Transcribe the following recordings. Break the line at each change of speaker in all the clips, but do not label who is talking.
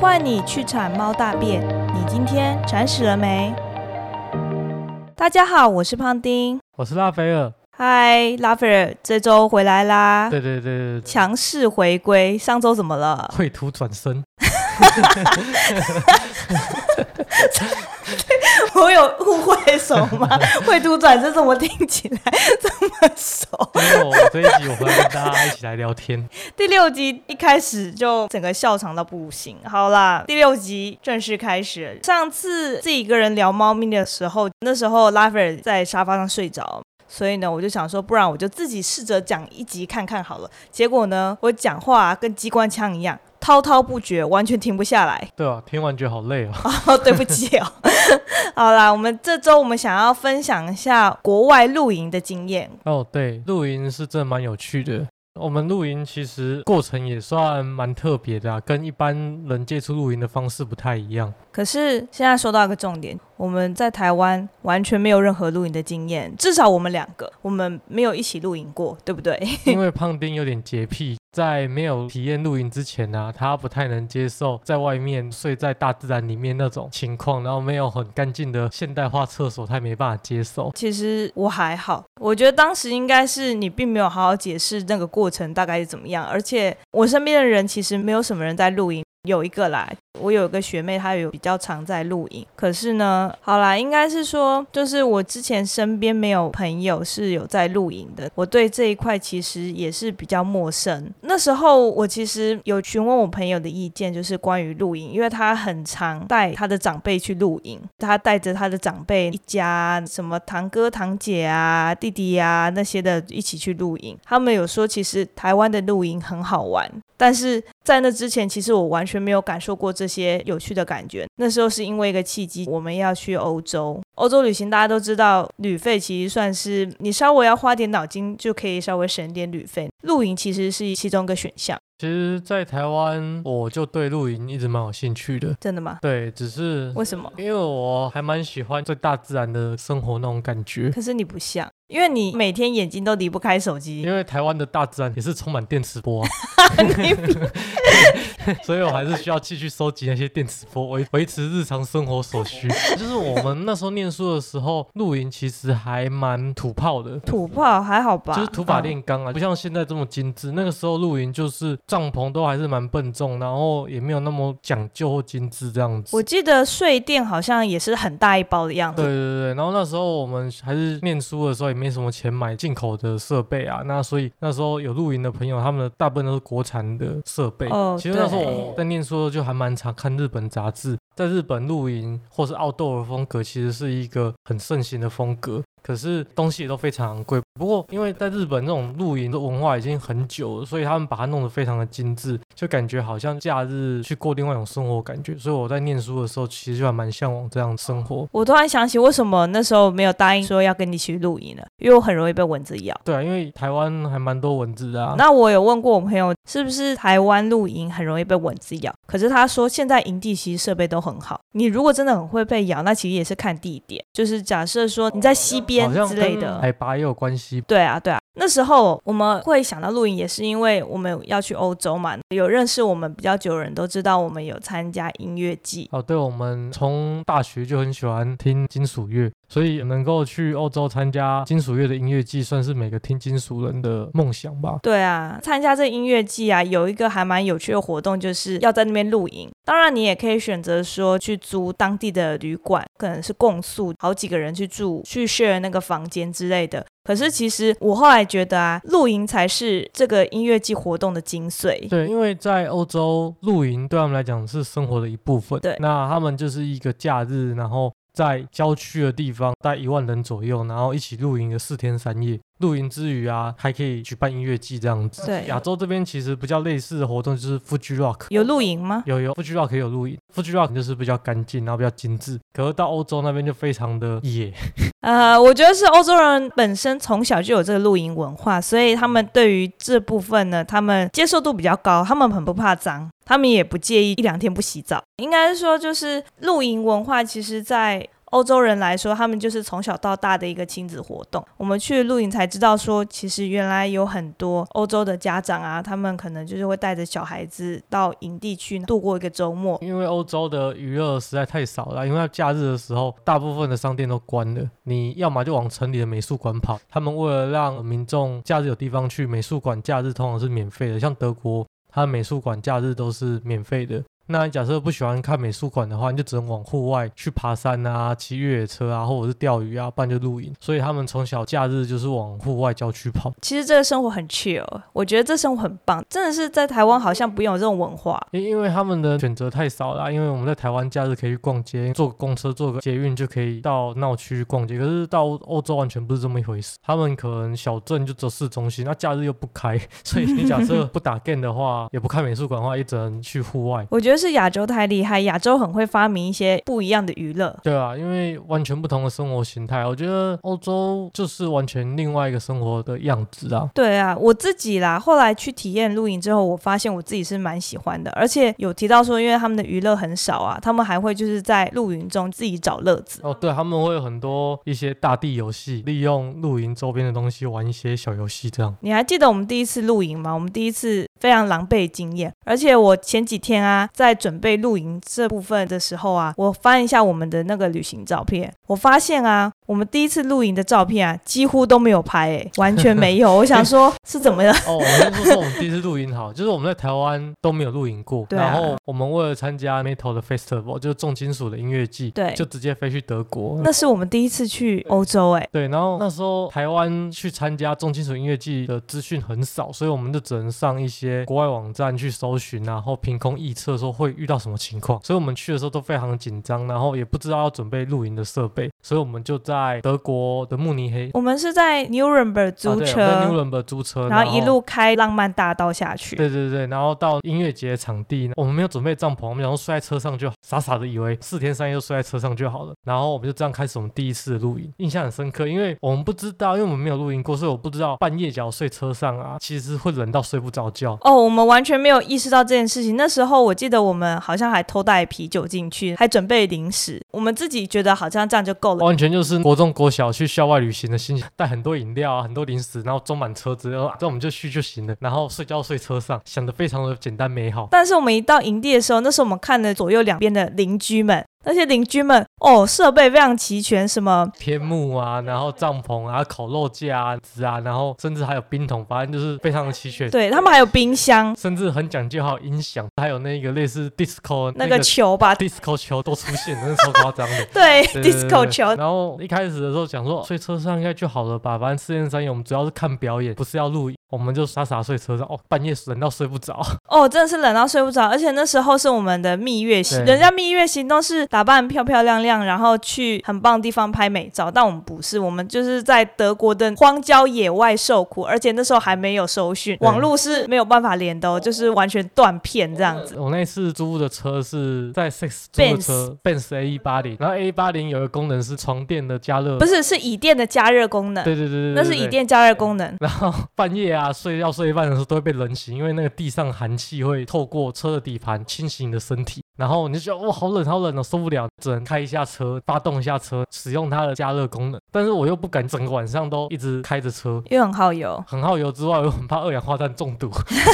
换你去铲猫大便，你今天铲屎了没？大家好，我是胖丁。
我是拉斐尔。
啊嗨，拉斐尔，这周回来啦，
对对对对对，
强势回归。上周怎么 了？
绘图转身，
我有误会什么吗？会读转身怎么听起来这么熟？
因为我这一集我回来跟大家一起来聊天。
第六集一开始就整个笑场到不行。好啦，第六集正式开始。上次自己一个人聊猫咪的时候，那时候拉斐尔在沙发上睡着。所以呢，我就想说，不然我就自己试着讲一集看看好了。结果呢，我讲话、啊、跟机关枪一样，滔滔不绝，完全停不下来。
对啊，听完觉得好累哦。
哦，对不起哦。 好啦，我们这周我们想要分享一下国外露营的经验。
哦，对，露营是真的蛮有趣的。我们露营其实过程也算蛮特别的、啊，跟一般人接触露营的方式不太一样。
可是现在说到一个重点，我们在台湾完全没有任何露营的经验，至少我们两个，我们没有一起露营过，对不对？
因为胖丁有点洁癖，在没有体验露营之前呢、啊，他不太能接受在外面睡在大自然里面那种情况，然后没有很干净的现代化厕所，他也没办法接受。
其实我还好，我觉得当时应该是你并没有好好解释那个过程大概是怎么样，而且我身边的人其实没有什么人在露营，有一个啦，我有一个学妹，她有比较常在露营，可是呢，好啦，应该是说，就是我之前身边没有朋友是有在露营的，我对这一块其实也是比较陌生。那时候我其实有询问我朋友的意见，就是关于露营，因为他很常带他的长辈去露营，他带着他的长辈一家什么堂哥堂姐啊、弟弟啊那些的一起去露营，他们有说其实台湾的露营很好玩，但是在那之前，其实我完全没有感受过这些有趣的感觉。那时候是因为一个契机，我们要去欧洲。欧洲旅行大家都知道，旅费其实算是你稍微要花点脑筋就可以稍微省点旅费。露营其实是其中一个选项，
其实，在台湾我就对露营一直蛮有兴趣的。
真的吗？
对，只是
为什么？
因为我还蛮喜欢对大自然的生活那种感觉。
可是你不像，因为你每天眼睛都离不开手机。
因为台湾的大自然也是充满电磁波、啊，
你
所以我还是需要继续收集那些电磁波，维维持日常生活所需。 就是我们那时候念书的时候，露营其实还蛮土炮的，
土炮还好吧？
就是土法
嗯
炼钢啊，不像现在这么精致。那个时候露营就是帐篷都还是蛮笨重，然后也没有那么讲究或精致这样子。
我记得睡垫好像也是很大一包的样
对
子。
对对，然后那时候我们还是念书的时候，也没什么钱买进口的设备啊。那所以那时候有露营的朋友，他们的大部分都是国产的设备。
哦
其实那时候
对
我在念书的时候就还蛮常看日本杂志，在日本露营或是奥斗的风格，其实是一个很盛行的风格。可是东西也都非常昂贵。不过，因为在日本这种露营的文化已经很久了，所以他们把它弄得非常的精致，就感觉好像假日去过另外一种生活感觉。所以我在念书的时候，其实就还蛮向往这样的生活。
我突然想起，为什么那时候没有答应说要跟你一起露营呢？因为我很容易被蚊子咬。
对啊，因为台湾还蛮多蚊子的啊。
那我有问过我朋友，是不是台湾露营很容易被蚊子咬？可是他说，现在营地其实设备都很好，你如果真的很会被咬，那其实也是看地点，就是假设说你在西边
好像
之类
跟
的。
海拔也有关系。
对啊，对啊，那时候我们会想到露营，也是因为我们要去欧洲嘛。有认识我们比较久的人都知道，我们有参加音乐季。
哦，对，我们从大学就很喜欢听金属乐，所以能够去欧洲参加金属乐的音乐季，算是每个听金属人的梦想吧。
对啊，参加这音乐季啊，有一个还蛮有趣的活动，就是要在那边露营。当然，你也可以选择说去租当地的旅馆，可能是共宿，好几个人去住，去 share 那个房间之类的。可是其实我后来觉得啊，露营才是这个音乐季活动的精髓。
对，因为在欧洲露营对他们来讲是生活的一部分。
对
那他们就是一个假日，然后在郊区的地方待一万人左右，然后一起露营个四天三夜。露营之余啊，还可以举办音乐季这样子。
对
亚洲这边其实比较类似的活动就是 Fuji Rock。
有露营吗？
有有，Fuji Rock 也有露营，Fuji Rock 就是比较干净，然后比较精致。可是到欧洲那边就非常的野，
呃，我觉得是欧洲人本身从小就有这个露营文化，所以他们对于这部分呢，他们接受度比较高，他们很不怕脏，他们也不介意一两天不洗澡。应该是说，就是露营文化，其实在欧洲人来说，他们就是从小到大的一个亲子活动。我们去露营才知道说，其实原来有很多欧洲的家长啊，他们可能就是会带着小孩子到营地去度过一个周末。
因为欧洲的娱乐实在太少了，啊因为它假日的时候，大部分的商店都关了，你要么就往城里的美术馆跑。他们为了让民众假日有地方去，美术馆假日通常是免费的，像德国，它的美术馆假日都是免费的。那你假设不喜欢看美术馆的话，你就只能往户外去爬山啊、骑越野车啊，或者是钓鱼啊，不然就露营。所以他们从小假日就是往户外郊区跑。
其实这个生活很 chill，我觉得这生活很棒，真的是在台湾好像不用有这种文化。
因因为他们的选择太少啦，因为我们在台湾假日可以去逛街，坐个公车、坐个捷运就可以到闹区逛街。可是到欧洲完全不是这么一回事，他们可能小镇就走市中心，那假日又不开， 所以你假设不打 game 的话，也不看美术馆的话，也只能去户外。
我觉得是亚洲太厉害，亚洲很会发明一些不一样的娱乐。
对啊，因为完全不同的生活形态，我觉得欧洲就是完全另外一个生活的样子啊。
对啊，我自己啦，后来去体验露营之后，我发现我自己是蛮喜欢的，而且有提到说，因为他们的娱乐很少啊，他们还会就是在露营中自己找乐子。
哦，对，他们会有很多一些大地游戏，利用露营周边的东西玩一些小游戏，这样。
你还记得我们第一次露营吗？我们第一次非常狼狈经验，而且我前几天啊，在准备露营这部分的时候啊，我翻一下我们的那个旅行照片，我发现啊，我们第一次露营的照片啊，几乎都没有拍、欸，完全没有。我想说，是怎么了？
哦，我先说说我们第一次露营好，就是我们在台湾都没有露营过，
对啊
然后我们为了参加 Metal 的 Festival，就是重金属的音乐季，
对
就直接飞去德国。
那是我们第一次去欧洲、欸，哎，
对，然后那时候台湾去参加重金属音乐季的资讯很少，所以我们就只能上一些国外网站去搜寻，啊然后凭空臆测说会遇到什么情况。所以我们去的时候都非常紧张，然后也不知道要准备露营的设备，所以我们就在德国的慕尼黑
我们是在 Nuremberg 租车，
啊对我们在 n e w l a n b e r 租车，
然后一路开浪漫大道下去。
对对对，然后到音乐节场地，我们没有准备帐篷，我们想说睡在车上就好，傻傻的以为四天三夜就睡在车上就好了。然后我们就这样开始我们第一次的露营，印象很深刻，因为我们不知道，因为我们没有露营过，所以我不知道半夜只要睡车上啊，其实会冷到睡不着觉。
哦，我们完全没有意识到这件事情。那时候我记得我们好像还偷带啤酒进去，还准备零食。我们自己觉得好像这样就够了。
完全就是国中、国小去校外旅行的心情，带很多饮料啊，很多零食，然后装满车子，然后啊这我们就去就行了，然后睡觉睡车上，想的非常的简单美好。
但是我们一到营地的时候，那时候我们看了左右两边的邻居们，那些邻居们哦，设备非常齐全，什么
天幕啊，然后帐篷啊，烤肉架啊，纸啊，然后甚至还有冰桶，反正就是非常的齐全。
对他们还有冰箱、
甚至很讲究，还有音响，还有那个类似 disco
那个球吧，
disco 球都出现，真的超夸张的。
对
对对对
disco 球，
然后一开始的时候想说睡车上应该就好了吧，反正四天三夜我们主要是看表演，不是要录影，我们就傻傻睡车上，哦，半夜冷到睡 不着，
哦，真的是冷到睡不着，而且那时候是我们的蜜月行，
对
人家蜜月行动是打扮漂漂亮亮，然后去很棒的地方拍美照，但我们不是，我们就是在德国的荒郊野外受苦，而且那时候还没有收讯，
对
网络是没有办法连的、哦，就是完全断片这样子。
我那一次租的车是在 Six 租的车 Benz A 一八零，然后 A 一八零有一个功能是床垫的加热，
不是，是椅垫的加热功能，
哦对对对对对，
那是
对
椅垫加热功能。
然后半夜啊，睡觉睡一半的时候都会被冷醒，因为那个地上寒气会透过车的底盘清醒你的身体，然后你就觉得哇好冷好冷哦， 受不了，只能开一下车，发动一下车，使用它的加热功能。但是我又不敢整个晚上都一直开着车。
因为很耗油，
很耗油之外，我又很怕二氧化碳中毒。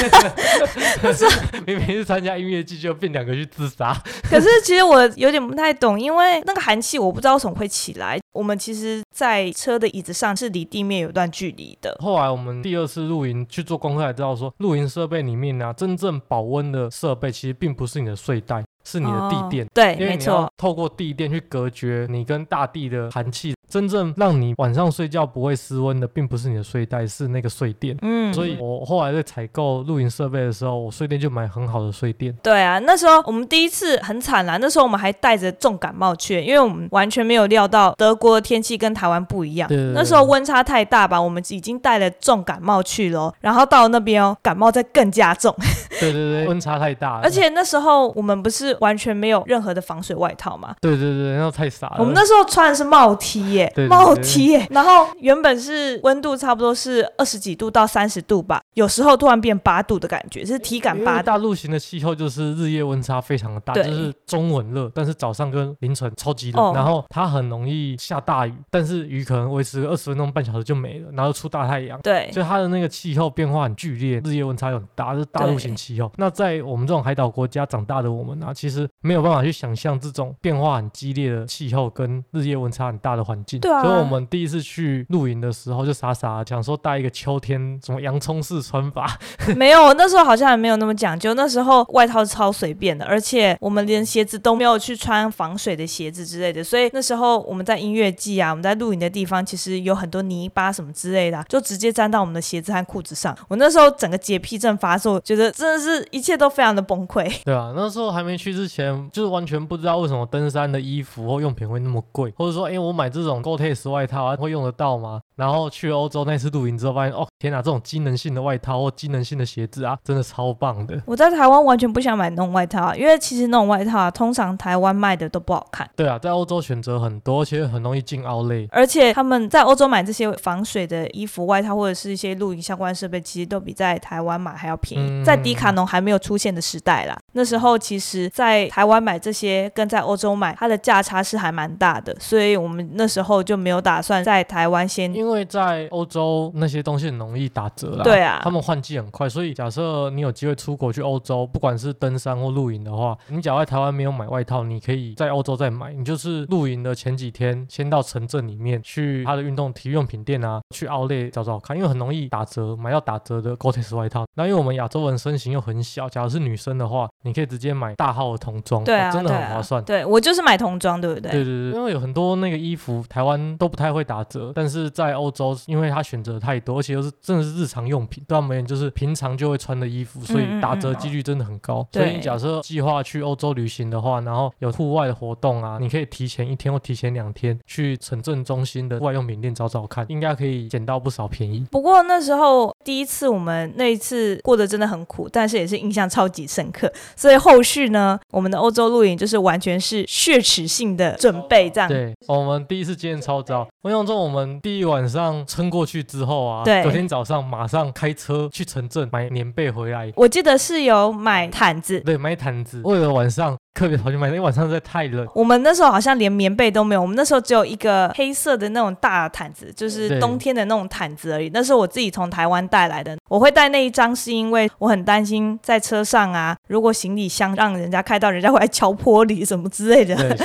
明明是参加音乐季，就变两个去自杀。
可是其实我有点不太懂，因为那个寒气我不知道为什么会起来。我们其实，在车的椅子上是离地面有一段距离的，
后来我们第二次露营去做功课，才知道说，露营设备里面呢、啊，真正保温的设备其实并不是你的睡袋，是你的地
哦
垫。
对，
因为
没
你
错
要。透过地垫去隔绝你跟大地的寒气，真正让你晚上睡觉不会失温的，并不是你的睡袋，是那个睡垫。
嗯，
所以我后来在采购露营设备的时候，我睡垫就买很好的睡垫。
对啊，那时候我们第一次很惨啦，那时候我们还带着重感冒去，因为我们完全没有料到德国的天气跟台湾不一样
对对对。
那时候温差太大吧，我们已经带了重感冒去了哦，然后到那边哦，感冒再更加重，
对对对，温差太大了，
而且那时候我们不是完全没有任何的防水外套嘛，
对对对，那太傻了。
我们那时候穿的是帽 T 耶、耶，
啊对对对
冒梯耶。然后原本是温度差不多是二十几度到三十度吧，有时候突然变八度的感觉，是体感
因
八
为
度。
大陆型的气候就是日夜温差非常的大，
对
就是中午很热，但是早上跟凌晨超级热，
哦
然后它很容易下大雨，但是雨可能维持二十分钟半小时就没了，然后出大太阳。
对，
就它的那个气候变化很剧烈，日夜温差又很大，这是大陆型气候。那在我们这种海岛国家长大的我们啊，其实没有办法去想象这种变化很激烈的气候跟日夜温差很大的环境。
对啊
所以我们第一次去露营的时候，就傻傻地想说带一个秋天什么洋葱式穿法，
没有，那时候好像还没有那么讲究，那时候外套超随便的，而且我们连鞋子都没有去穿防水的鞋子之类的，所以那时候我们在音乐季啊，我们在露营的地方，其实有很多泥巴什么之类的啊、就直接沾到我们的鞋子和裤子上。 我那时候整个洁癖症发作，觉得真的是一切都非常的崩溃。
对啊，那时候还没去之前，就是完全不知道为什么登山的衣服或用品会那么贵，或者说，哎、我买这种 Gore-Tex 外套啊，会用得到吗？然后去欧洲那次露营之后，发现哦，天哪，这种机能性的外套或机能性的鞋子啊，真的超棒的。
我在台湾完全不想买那种外套、啊，因为其实那种外套啊，通常台湾卖的都不好看。
对啊，在欧洲选择很多，而且很容易进奥类。
而且他们在欧洲买这些防水的衣服、外套或者是一些露营相关设备，其实都比在台湾买还要便宜。
嗯
在迪卡侬还没有出现的时代啦，那时候其实，在台湾买这些跟在欧洲买，它的价差是还蛮大的，所以我们那时候就没有打算在台湾先。
因为在欧洲那些东西很容易打折啦，
对啊
他们换季很快，所以假设你有机会出国去欧洲，不管是登山或露营的话，你假如在台湾没有买外套，你可以在欧洲再买。你就是露营的前几天，先到城镇里面去他的运动体育用品店啊，去奥莱找找看，因为很容易打折，买到打折的 Gore-Tex 外套。那因为我们亚洲人身形又很小，假如是女生的话，你可以直接买大号的童装，
对啊，
哦真的
对
很
啊
划算。
对我就是买童装，对不对？
对对对，因为有很多那个衣服台湾都不太会打折，但是在欧洲，因为它选择太多，而且又是真的是日常用品，对他们而言就是平常就会穿的衣服，所
嗯嗯
以打折几率真的很高。
对
所以假设计划去欧洲旅行的话，然后有户外的活动啊，你可以提前一天或提前两天去城镇中心的户外用品店找找看，应该可以捡到不少便宜。
不过那时候第一次，我们那一次过得真的很苦，但是也是印象超级深刻。所以后续呢，我们的欧洲露营就是完全是血耻性的准备，这样。
对，我们第一次经验超糟。我想说，我们第一晚上撑过去之后啊，
对
隔天早上马上开车去城镇买棉被回来，
我记得是有买毯子，
对，买毯子，为了晚上特别跑去买，因为晚上实在太冷。
我们那时候好像连棉被都没有，我们那时候只有一个黑色的那种大毯子，就是
对
冬天的那种毯子而已。那是我自己从台湾带来的，我会带那一张是因为我很担心在车上啊，如果行李箱让人家开到，人家会来敲玻璃什么之类的。
对，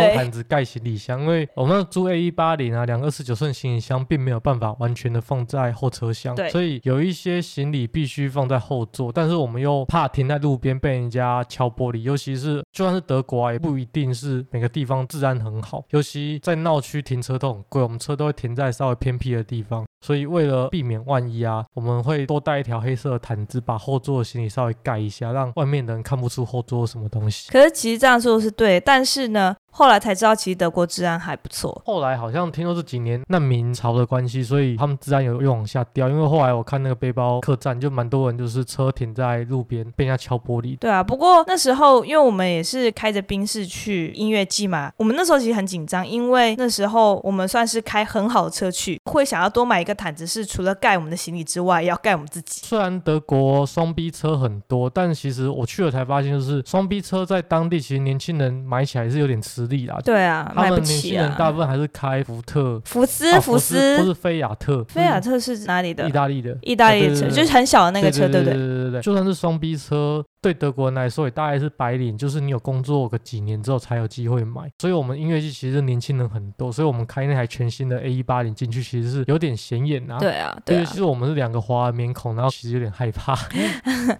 以
对
用毯子盖行李箱，因为我们租 A 一八零啊，两个二十九寸行李箱并没有办法完全的放在后车厢
对，
所以有一些行李必须放在后座，但是我们又怕停在路边被人家敲玻璃，尤其是就算是德国啊，也不一定是每个地方治安很好，尤其在闹区停车都很贵，我们车都会停在稍微偏僻的地方。所以为了避免万一啊，我们会多带一条黑色的毯子，把后座的行李稍微盖一下，让外面的人看不出后座有什么东西。
可是其实这样说是对，但是呢，后来才知道其实德国治安还不错。
后来好像听说这几年难民潮的关系，所以他们治安有又往下掉。因为后来我看那个背包客栈，就蛮多人就是车停在路边被人家敲玻璃。
对啊，不过那时候因为我们也是开着宾士去音乐季嘛，我们那时候其实很紧张，因为那时候我们算是开很好的车去，会想要多买一个毯子，是除了盖我们的行李之外，也要盖我们自己。
虽然德国双 B 车很多，但其实我去了才发现，就是双 B 车在当地其实年轻人买起来是有点吃力啦。
对啊，
他
买不
们年
起
轻人大
啊。
部分还是开福特、
福斯，
啊
福
斯，不
斯，
是菲亚特，
菲亚
特，
特是哪里的
意？大利的。
意大利的
对
车，
对对
就是很小的那个车，
对
不
对
对？
对对，就算是双 B 车，对德国人来说也大概是白领，就是你有工作个几年之后才有机会买。所以我们音乐季其实年轻人很多，所以我们开那台全新的 A 一八零进去，其实是有点显眼啊。。
对啊，对
对，
啊
其，实我们是两个华人面孔，然后其实有点害怕，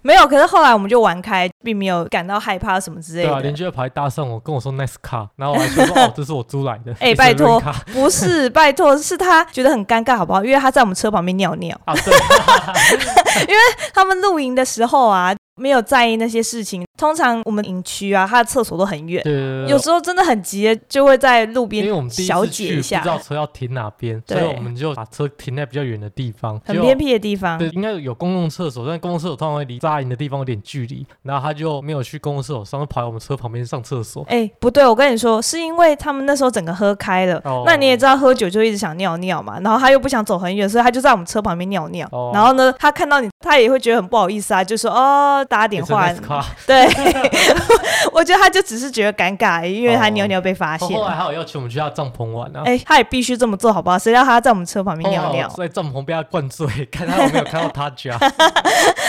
没有。可是后来我们就玩开，并没有感到害怕什么之类
对啊，
的
邻。居的牌搭上我，跟我说 nice car，然后我还说哦，这是我租来的，
哎
也 是
拜托
rent car
不是，拜托，是他觉得很尴尬，好不好？因为他在我们车旁边尿尿。
啊，对，
他们露营的时候啊，没有在意那些事情，通常我们营区啊，它的厕所都很远，
对对对
有时候真的很急，就会在路
因为我
边
们第一
小
次
解
去
一
不
下
知，道车要停哪边，所
对
以我们就把车停在比较远的地方，
很
结果
偏僻的地方。
对，应该有公共厕所，但公共厕所通常会离扎营的地方有点距离，然后他就没有去公共厕所上，就跑来我们车旁边上厕所。
哎、不对，我跟你说，是因为他们那时候整个喝开了。
哦
那你也知道，喝酒就一直想尿尿嘛，然后他又不想走很远，所以他就在我们车旁边尿尿。
哦
然后呢，他看到你，他也会觉得很不好意思啊，就说哦，打点
It's a
话。
nice car
对，我觉得他就只是觉得尴尬而已，因为他
哦
尿尿被发现
后来
了。
还有要求我们去他帐篷玩啊。
哎、他也必须这么做，好不好？谁让他在我们车旁边尿尿
哦，在帐篷被他灌醉，看他有没有看到他 家。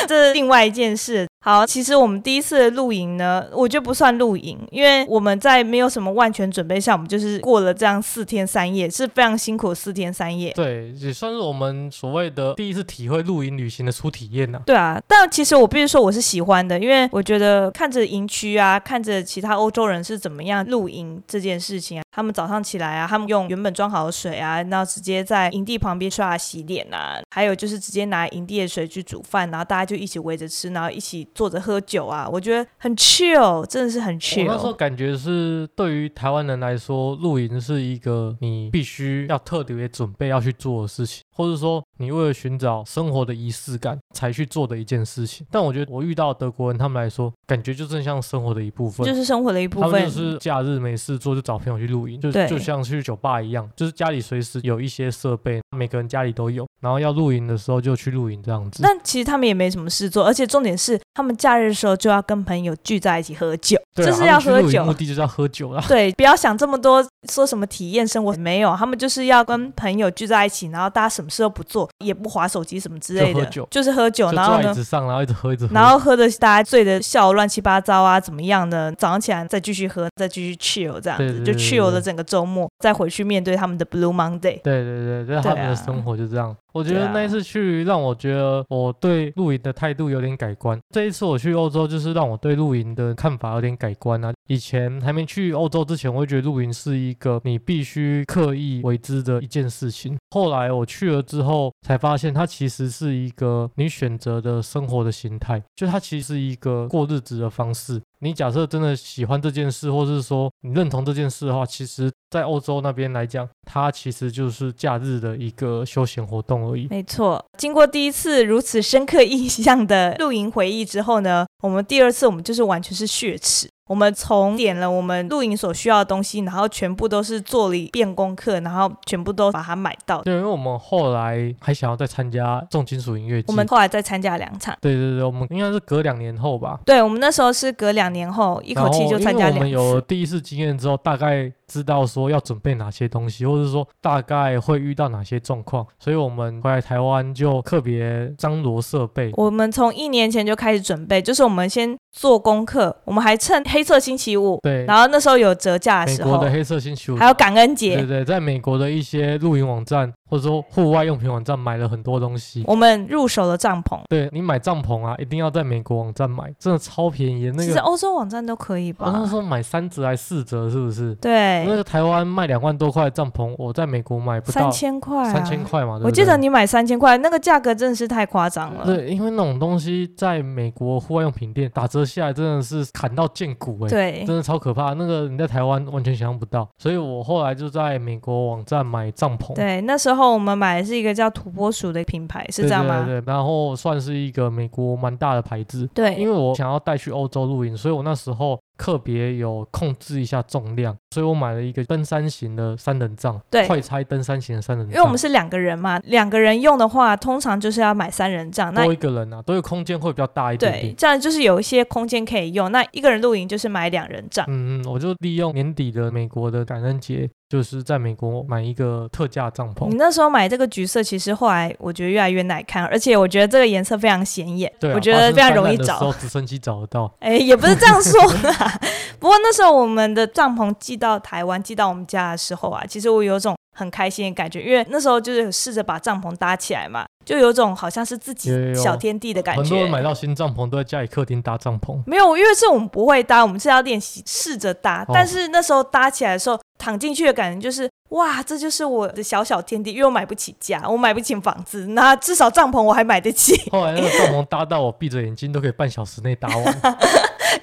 这是另外一件事。好，其实我们第一次的露营呢，我觉得不算露营，因为我们在没有什么万全准备下，我们就是过了这样四天三夜，是非常辛苦的四天三夜。
对，也算是我们所谓的第一次体会露营旅行的初体验呐、啊。
对啊，但其实我必须说我是喜欢的，因为我觉得看着营区啊，看着其他欧洲人是怎么样露营这件事情啊，他们早上起来啊，他们用原本装好的水啊，然后直接在营地旁边刷牙洗脸啊，还有就是直接拿营地的水去煮饭，然后大家就一起围着吃，然后一起坐着喝酒啊，我觉得很 chill，真的是很
我
chill。
那时候感觉是，对于台湾人来说，露营是一个你必须要特别准备要去做的事情，或者说你为了寻找生活的仪式感才去做的一件事情。但我觉得我遇到德国人，他们来说，感觉就正像生活的一部分
就。是生活的一部
他们
分，
就是假日没事做就找朋友去露营，就
对
就像去酒吧一样，就是家里随时有一些设备，每个人家里都有，然后要露营的时候就去露营这样子。
但其实他们也没什么事做，而且重点是，他们假日的时候就要跟朋友聚在一起喝酒，
对啊
就是
他们
要
去
喝
露营
酒
目。的就是要喝酒啦。
对，不要想这么多，说什么体验生活没有，他们就是要跟朋友聚在一起，然后大家什么事都不做，也不划手机什么之类
就
的
喝酒，
就是喝酒，
就
然
坐
后
在椅
呢，
子上，然后一直喝，一直喝。
然后喝的大家醉的笑乱七八糟啊，怎么样的？早上起来再继续喝，再继续 chill 这样
对
子，就
对对
chill 了
对
整个周末，再回去面对他们的 Blue Monday。
对对对，就是他
对
们
啊
的生活就这样。我觉
对
得
啊
那一次去让我觉得我对露营的态度有点改观。这一次我去欧洲，就是让我对露营的看法有点改观啊。以前还没去欧洲之前，我会觉得露营是一个你必须刻意为之的一件事情。后来我去了之后，才发现它其实是一个你选择的生活的形态，就它其实是一个过日子的方式。你假设真的喜欢这件事，或是说你认同这件事的话，其实，在欧洲那边来讲，它其实就是假日的一个休闲活动而已。
没错，经过第一次如此深刻印象的露营回忆之后呢， 我们第二次我们就是完全是血池。我们从点了我们露营所需要的东西，然后全部都是做了一遍功课，然后全部都把它买到。
对，因为我们后来还想要再参加重金属音乐季。
我们后来再参加两场，
对对对，我们应该是隔两年后吧，
对我们那时候是隔两年后一
一
口气就参加
我
两
们有
次。
第一次经验之后，大概知道说要准备哪些东西，或者说大概会遇到哪些状况，所以我们回来台湾就特别张罗设备。
我们从一年前就开始准备，就是我们先做功课，我们还趁黑色星期五，
对，
然后那时候有折价的
美
时
国
候
的，黑色星期五
还有感恩节，
对对，在美国的一些露营网站或者说户外用品网站买了很多东西。
我们入手了帐篷。
对你买帐篷啊，一定要在美国网站买，真的超便宜。那
其实
个
欧洲网站都可以吧？
我那时候买三折还四折，是不是？那
对，
个台湾卖两万多块的帐篷，我在美国买不
三
到
千块、啊，
三千。块嘛，对不对
我记得你买三千块，那个价格真的是太夸张了。
对，因为那种东西在美国户外用品店打折下来真的是砍到见骨哎、
对，
真的超可怕。那个你在台湾完全想象不到，所以我后来就在美国网站买帐篷。
对，那时候我们买的是一个叫土拨鼠的品牌，是
对
这样
对
吗？
对，然后算是一个美国蛮大的牌子。
对
因为我想要带去欧洲露营，所以我那时候特别有控制一下重量，所以我买了一个登山型的三人帐，
对
快拆登山型的三人帐，
因为我们是两个人嘛，两个人用的话，通常就是要买三人帐。那
多一个人啊，多一个空间会比较大一点
对
点，。
这样就是有一些空间可以用。那一个人露营就是买两人帐。
嗯嗯，我就利用年底的美国的感恩节，就是在美国买一个特价帐篷
你。那时候买这个橘色，其实后来我觉得越来越耐看，而且我觉得这个颜色非常显眼，
对啊、
我觉得非常容易
发生灾难的
找
时。候直升机找得到。
哎，也不是这样说啦。 不过那时候我们的帐篷寄到台湾，寄到我们家的时候啊，其实我有一种很开心的感觉，因为那时候就是有试着把帐篷搭起来嘛，就有种好像是自己
有有有
小天地的 感
很多人
觉。
买到新帐篷都在家里客厅搭帐篷。
没有，因为这我们不会搭，我们是要练习试着搭。
哦
但是那时候搭起来的时候，躺进去的感觉就是哇，这就是我的小小天地，因为我买不起家，我买不起房子，那至少帐篷我还买得起。
后来那个帐篷搭到我闭着眼睛都可以半小时内搭完，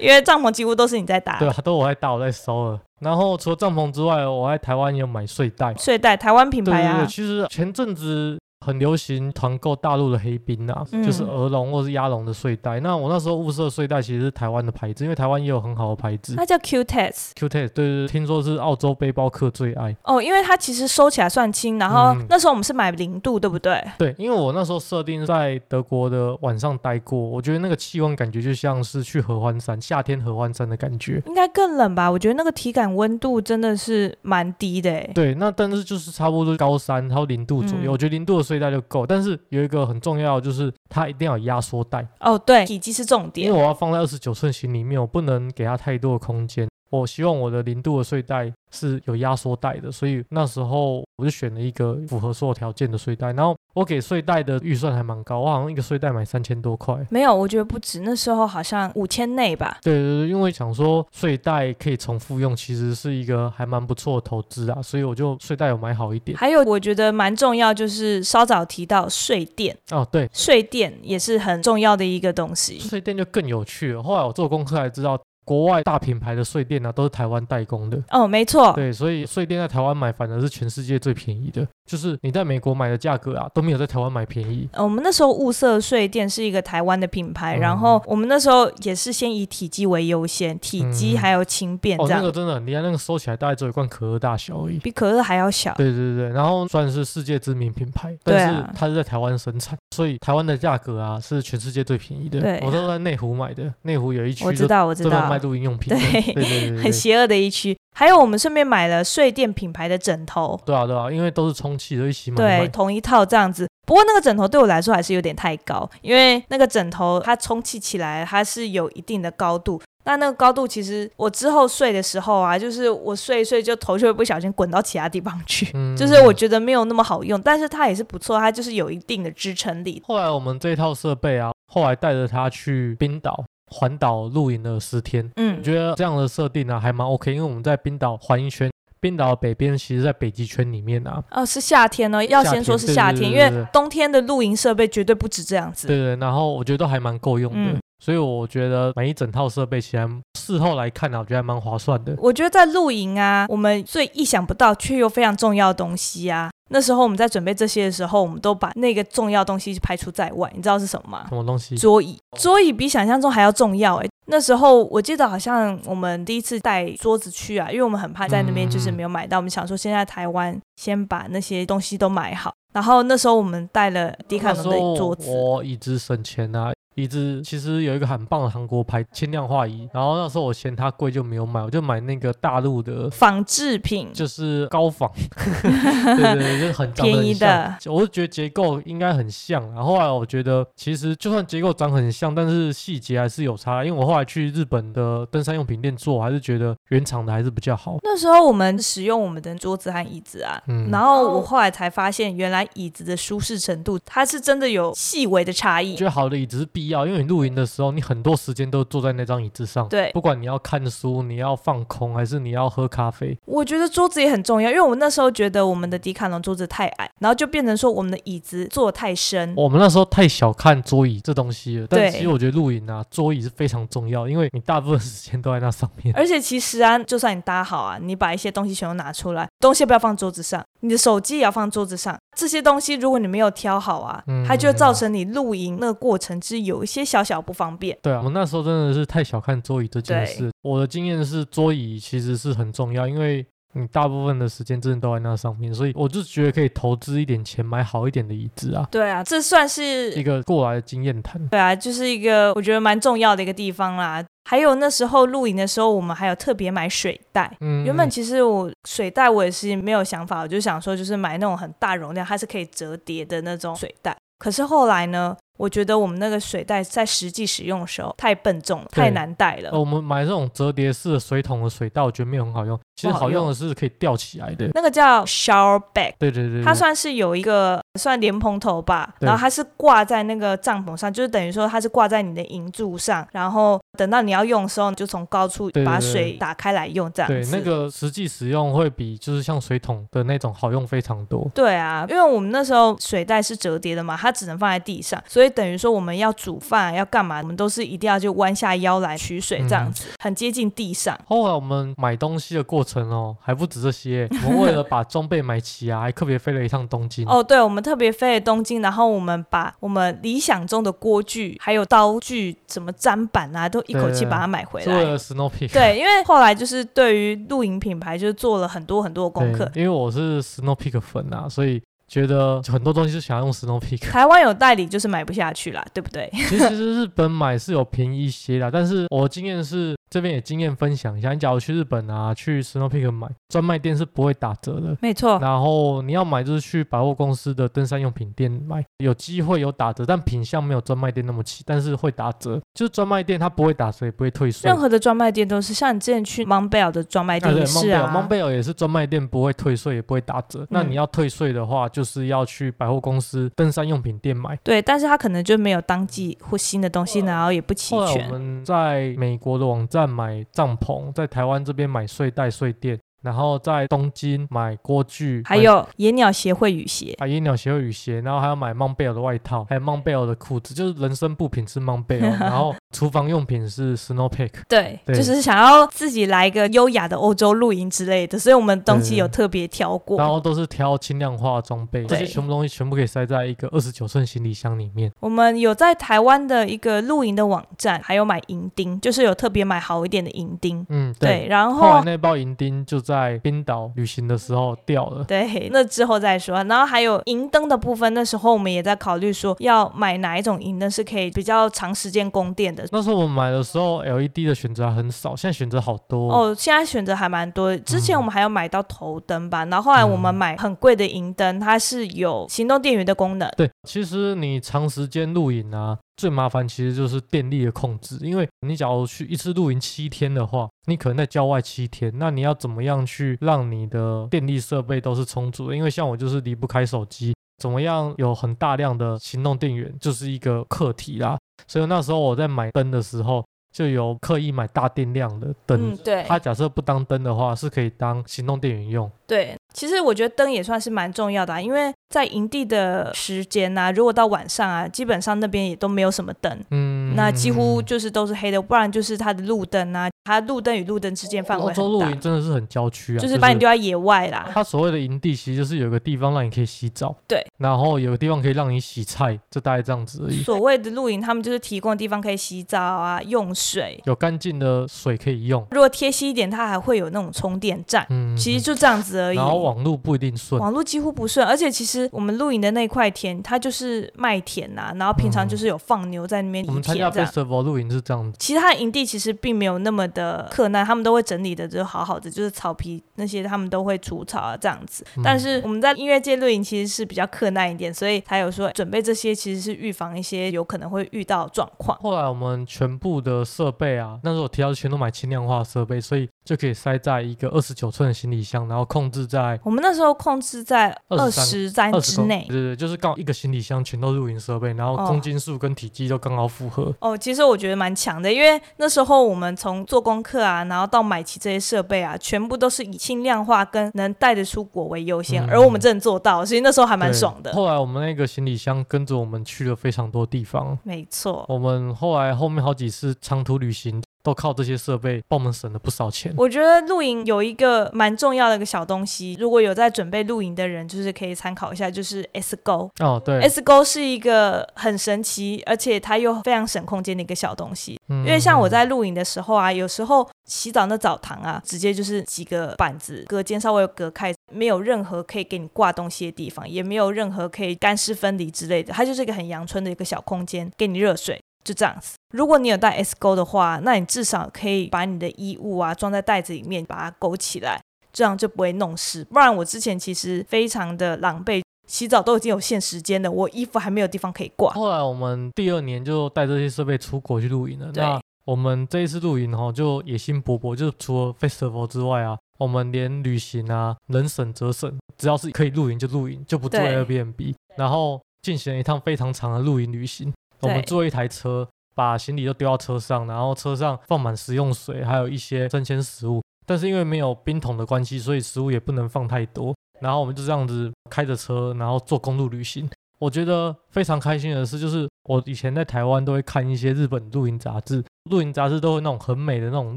因为帐篷几乎都是你在搭
对。啊，都我在搭，我在收了。然后除了帐篷之外，我在台湾也有买睡袋。
睡袋，台湾品
对
牌
对
啊
对，，其实前阵子很流行团购大陆的黑冰啊，
嗯
就是鹅绒或是鸭绒的睡袋。那我那时候物色睡袋其实是台湾的牌子，因为台湾也有很好的牌子。
它叫 E Q-Tex
Q T，对对对，听说是澳洲背包客最爱。
哦，因为它其实收起来算轻，然后
嗯
那时候我们是买零度，对不对？
对，因为我那时候设定在德国的晚上待过，我觉得那个气温感觉就像是去合欢山，夏天合欢山的感觉。
应该更冷吧？我觉得那个体感温度真的是蛮低的欸诶。
对，那但是就是差不多高三，它有零度左右，
嗯
我觉得零度的睡袋就够。但是有一个很重要，就是它一定要有压缩袋，
哦，对，体积是重
因
点
为。我要放在二十九寸行李里面，我不能给它太多的空间。我希望我的零度的睡袋是有压缩袋的，所以那时候我就选了一个符合所有条件的睡袋。然后我给睡袋的预算还蛮高，我好像一个睡袋买三千多块。
没有，我觉得不止，那时候好像五千内吧。
对对对，因为想说睡袋可以重复用，其实是一个还蛮不错的投资啊，所以我就睡袋有买好一点
还有，我觉得蛮重要，就是稍早提到睡垫，
哦。对，
睡垫也是很重要的一个东西。
睡垫就更有趣了。后来我做功课才知道，国外大品牌的睡垫呢、啊都是台湾代工的。
哦，没错，
对，所以睡垫在台湾买反而是全世界最便宜的，就是你在美国买的价格啊都没有在台湾买便宜。
呃我们那时候物色睡垫是一个台湾的品牌，
嗯
然后我们那时候也是先以体积为优先，体积
嗯
还有轻便啊
哦，
这
那
样，
个真的很厉害，那个收起来大概只有一罐可乐大小而已。
比可乐还要小。
对对对，然后算是世界知名品牌，
对
但
啊
是它是在台湾生产，所以台湾的价格啊是全世界最便宜的。
对
我都在内湖买的，内湖有一区
我知
就
道，我知
专门卖
道，
露营用品的。
对
对对对对
很
对，
邪恶的一区。还有，我们顺便买了睡垫品牌的枕头，
对啊对啊，因为都是充气的，一起买
对，
买。
同一套这样子。不过那个枕头对我来说还是有点太高，因为那个枕头它充气起来它是有一定的高度。那那个高度其实我之后睡的时候啊，就是我睡一睡就头就会不小心滚到其他地方去，
嗯
就是我觉得没有那么好用，但是它也是不错，它就是有一定的支撑力。
后来我们这一套设备啊，后来带着它去冰岛环岛露营了十天，
嗯
我，觉得这样的设定呢、啊还蛮 OK，因为我们在冰岛环一圈，冰岛北边其实在北极圈里面啊。
哦，是夏天呢，要先说是夏天，
夏天对对对
因
对
为
对
冬天的露营设备绝对不止这样子。
对对，然后我觉得都还蛮够用的，
嗯
所以我觉得买一整套设备，其实还事后来看呢、啊，我觉得还蛮划算的。
我觉得在露营啊，我们最意想不到却又非常重要的东西啊。那时候我们在准备这些的时候，我们都把那个重要东西排除在外，你知道是什么吗？
什么东西？
桌椅，桌椅比想象中还要重要诶、那时候我记得好像我们第一次带桌子去啊，因为我们很怕在那边
嗯
就是没有买到，我们想说先在台湾先把那些东西都买好。然后那时候我们带了迪卡
那时
侬的
候
桌子，
我椅子省钱啊，椅子其实有一个很棒的韩国牌轻量化椅，然后那时候我嫌它贵就没有买，我就买那个大陆的
仿制品，
就是高仿， 对对对，就是很长得
便宜
很像
的。
我就觉得结构应该很像，然后后来我觉得其实就算结构长很像，但是细节还是有差。因为我后来去日本的登山用品店做，我还是觉得原厂的还是比较好。
那时候我们使用我们的桌子和椅子啊，
嗯
然后我后来才发现，原来椅子的舒适程度它是真的有细微的差
我
异
觉。得好的椅子是必要，因为你露营的时候，你很多时间都坐在那张椅子上。
对
不管你要看书、你要放空，还是你要喝咖啡，
我觉得桌子也很重要，因为我那时候觉得我们的迪卡侬桌子太矮，然后就变成说我们的椅子坐得太深。
我们那时候太小看桌椅这东西了。但
对
其实我觉得露营啊，桌椅是非常重要，因为你大部分时间都在那上面。
而且其实啊，就算你搭好啊，你把一些东西全都拿出来，东西不要放桌子上，你的手机也要放桌子上。这些东西如果你没有挑好啊，
嗯
它就会造成你露营那个过程之有一些小小不方便。
对啊，我那时候真的是太小看桌椅这件
对
事。我的经验是，桌椅其实是很重要，因为你大部分的时间真的都在那上面，所以我就觉得可以投资一点钱买好一点的椅子啊，
对啊，这算
一
是
个过来的经验谈。
对啊，就是一个我觉得蛮重要的一个地方啦。还有那时候露营的时候，我们还有特别买水袋。
嗯，
原本其实我水袋我也是没有想法，我就想说就是买那种很大容量，它是可以折叠的那种水袋。可是后来呢，我觉得我们那个水袋在实际使用的时候太笨重了，
对哦
太难带了。
呃我们买这种折叠式的水桶的水袋，我觉得没有很好用。其实好用的是可以吊起来的。
那个叫 shower bag，
对对对，对
它算是有一个算莲蓬头吧，
对
然后它是挂在那个帐篷上，就是等于说它是挂在你的银柱上，然后等到你要用的时候，你就从高处
对对
把
对
水打开来用，这样
对
子。
那个实际使用会比就是像水桶的那种好用非常多。
对啊，因为我们那时候水袋是折叠的嘛，它只能放在地上，所以等于说我们要煮饭要干嘛，我们都是一定要就弯下腰来取水这样
嗯
子，很接近地上。
后来我们买东西的过程哦，还不止这些，我们为了把装备买齐 啊，还特别飞了一趟东京。
哦，对，我们特别飞了东京，然后我们把我们理想中的锅具、还有刀具、什么砧板啊，都一口气
对
把它买回
是为
来。
了 Snow Peak。
对，因为后来就是对于露营品牌，就是做了很多很多的功课。
对因为我是 Snow Peak 粉啊，所以觉得很多东西是想要用 Snow Peak。
台湾有代理，就是买不下去啦，对不对？
其实其实日本买是有便宜一些啦，但是我经验是这边也经验分享一下，你假如去日本啊，去 Snow Peak 买专卖店是不会打折的。
没错，
然后你要买就是去百货公司的登山用品店买，有机会有打折，但品相没有专卖店那么齐，但是会打折。就是专卖店它不会打折，也不会退税。
任何的专卖店都是，像你之前去 m o n b e l 的专卖
啊，
店
对
也是啊，
蒙贝尔也是专卖店，不会退税，也不会打折。那
嗯
你要退税的话，就是要去百货公司登山用品店买。
对，但是它可能就没有当季或新的东西，然后也不齐
后来我
全。
们在美国的网站买帐篷，在台湾这边买睡袋、睡垫，然后在东京买锅具，
还有野鸟协会雨鞋，
啊，野鸟协会雨鞋，然后还要买 Mount Bell 的外套，还有 Mount Bell 的裤子，就是人参布品是 Mount Bell，然 后厨房用品是 Snow Peak。
对，
对
就是想要自己来一个优雅的欧洲露营之类的，所以我们东西有特别挑
然
过。
后都是挑轻量化的装备，这些
对
全部东西全部可以塞在一个二十九寸行李箱里面。
我们有在台湾的一个露营的网站，还有买银钉，就是有特别买好一点的银钉。
嗯，
对，然
后来
后。
那包银钉就在冰岛旅行的时候掉了。
对，那之后再说。然后还有银灯的部分，那时候我们也在考虑说要买哪一种银灯是可以比较长时间供电的。
那时候我们买的时候，LED 的选择还很少，现在选择好多。
哦，现在选择还蛮多。之前我们还有买到头灯
嗯
吧，然后后来我们买很贵的银灯，它是有行动电源的功能。
对，其实你长时间露营啊，最麻烦其实就是电力的控制，因为你假如去一次露营七天的话，你可能在郊外七天，那你要怎么样去让你的电力设备都是充足的？因为像我就是离不开手机，怎么样有很大量的行动电源，就是一个课题啦。所以那时候我在买灯的时候，就有刻意买大电量的灯。
嗯，对
它假设不当灯的话，是可以当行动电源用。
对。其实我觉得灯也算是蛮重要的、啊，因为在营地的时间呐、如果到晚上啊，基本上那边也都没有什么灯。
嗯，
那几乎就是都是黑的，不然就是它的路灯啊，它路灯与路灯之间范围
欧
很
洲露
大，
营真的是很郊区啊，
就是把你丢在野外啦。
它所谓的营地，其实就是有个地方让你可以洗澡，
对，
然后有个地方可以让你洗菜，就大概这样子而已。
所谓的露营，他们就是提供地方可以洗澡啊、用水。
有干净的水可以用，
如果贴心一点，它还会有那种充电站。
嗯，
其实就这样子而已。
然后网路不一定顺，
网络几乎不顺，而且其实我们露营的那块田，它就是麦田呐、然后平常就是有放牛在那边
嗯我
犁
们参
田
加
这样。
festival 露营是这样子，
其实它的营地其实并没有那么的困难，他们都会整理的，就是好好的，就是草皮那些他们都会除草啊这样子。
嗯
但是我们在音乐界露营其实是比较困难一点，所以才有说准备这些其实是预防一些有可能会遇到的状况。
后来我们全部的设备啊，那时候我提到全都买轻量化的设备，所以就可以塞在一个二十九寸的行李箱，然后控制在
我们那时候控制在二十三
二十
之
公，对
内。
对对，就是刚好一个行李箱全都露营设备，然后
哦
公斤数跟体积都刚好符合。
哦，其实我觉得蛮强的，因为那时候我们从做功课啊，然后到买齐这些设备啊，全部都是以轻量化跟能带得出国为优先，
嗯
而我们真的做到，所以那时候还蛮
对
爽的。
后来我们那个行李箱跟着我们去了非常多地方，
没错，
我们后来后面好几次长途旅行都靠这些设备帮我们省了不少钱。
我觉得露营有一个蛮重要的一个小东西，如果有在准备露营的人，就是可以参考一下，就是 S Go。
哦，对，
S Go 哎是一个很神奇，而且它又非常省空间的一个小东西。
因
因为像我
嗯
在露营的时候啊，有时候洗澡那澡堂啊，直接就是几个板子隔间稍微有隔开，没有任何可以给你挂东西的地方，也没有任何可以干湿分离之类的，它就是一个很阳春的一个小空间，给你热水。就这样子，如果你有带 S 钩的话，那你至少可以把你的衣物啊装在袋子里面，把它勾起来，这样就不会弄湿。不然我之前其实非常的狼狈，洗澡都已经有限时间了，我衣服还没有地方可以挂。
后来我们第二年就带这些设备出国去露营了。
对
那我们这一次露营哈、就野心勃勃，就是除了 festival 之外啊，我们连旅行啊，能省则省，只要是可以露营就露营，就不做
对
Airbnb，然后进行了一趟非常长的露营旅行。我们
对
坐一台车，把行李都丢到车上，然后车上放满食用水，还有一些生鲜食物。但是因为没有冰桶的关系，所以食物也不能放太多。然后我们就这样子开着车，然后做公路旅行。我觉得非常开心的事就是，我以前在台湾都会看一些日本露营杂志，露营杂志都会那种很美的那种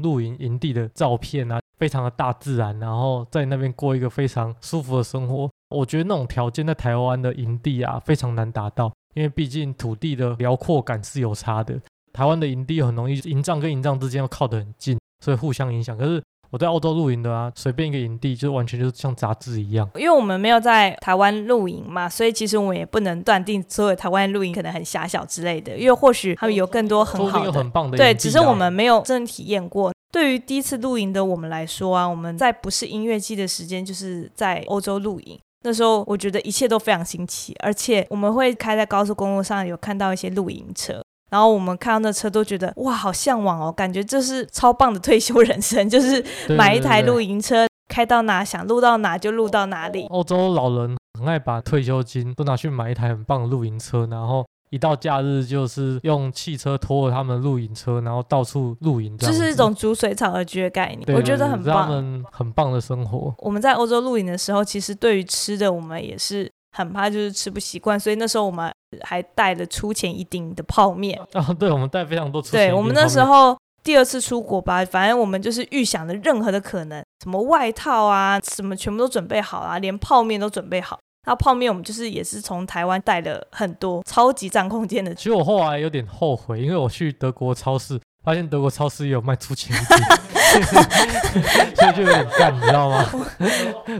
露营营地的照片啊，非常的大自然，然后在那边过一个非常舒服的生活。我觉得那种条件在台湾的营地啊非常难达到，因为毕竟土地的辽阔感是有差的。台湾的营地很容易营帐跟营帐之间又靠得很近，所以互相影响。可是我在澳洲露营的啊，随便一个营地就完全就是像杂志一样。
因为我们没有在台湾露营嘛，所以其实我们也不能断定所有台湾露营可能很狭小之类的，因为或许他们有更多
说
很
不定
好
有
的
很棒的营地啊、
对，只是我们没有真的体验过。对于第一次露营的我们来说啊，我们在不是音乐季的时间，就是在欧洲露营。那时候我觉得一切都非常新奇，而且我们会开在高速公路上，有看到一些露营车，然后我们看到那车都觉得哇，好向往哦，感觉这是超棒的退休人生， 就是
对
买一台。
对对
露营车，开到哪想录到哪就录到哪里。
欧洲老人很爱把退休金都拿去买一台很棒的露营车，然后一到假日就是用汽车拖着他们的露营车，然后到处露营这
就
样子，
是一种逐水草而居的概念，
对
我觉
对
得
对
很
是他
棒。
们很棒的生活。
我们在欧洲露营的时候，其实对于吃的我们也是很怕，就是吃不习惯，所以那时候我们还带了出前一丁的泡面。
啊，对，我们带非常多出钱
对
给
我们
他
那时候第二次出国吧，反正我们就是预想的任何的可能，什么外套啊，什么全部都准备好啦、连泡面都准备好。那泡面我们就是也是从台湾带了很多，超级占空间的
其实我后来有点后悔，因为我去德国超市，发现德国超市也有卖出 钱一丁，所以就有点干，你知道吗？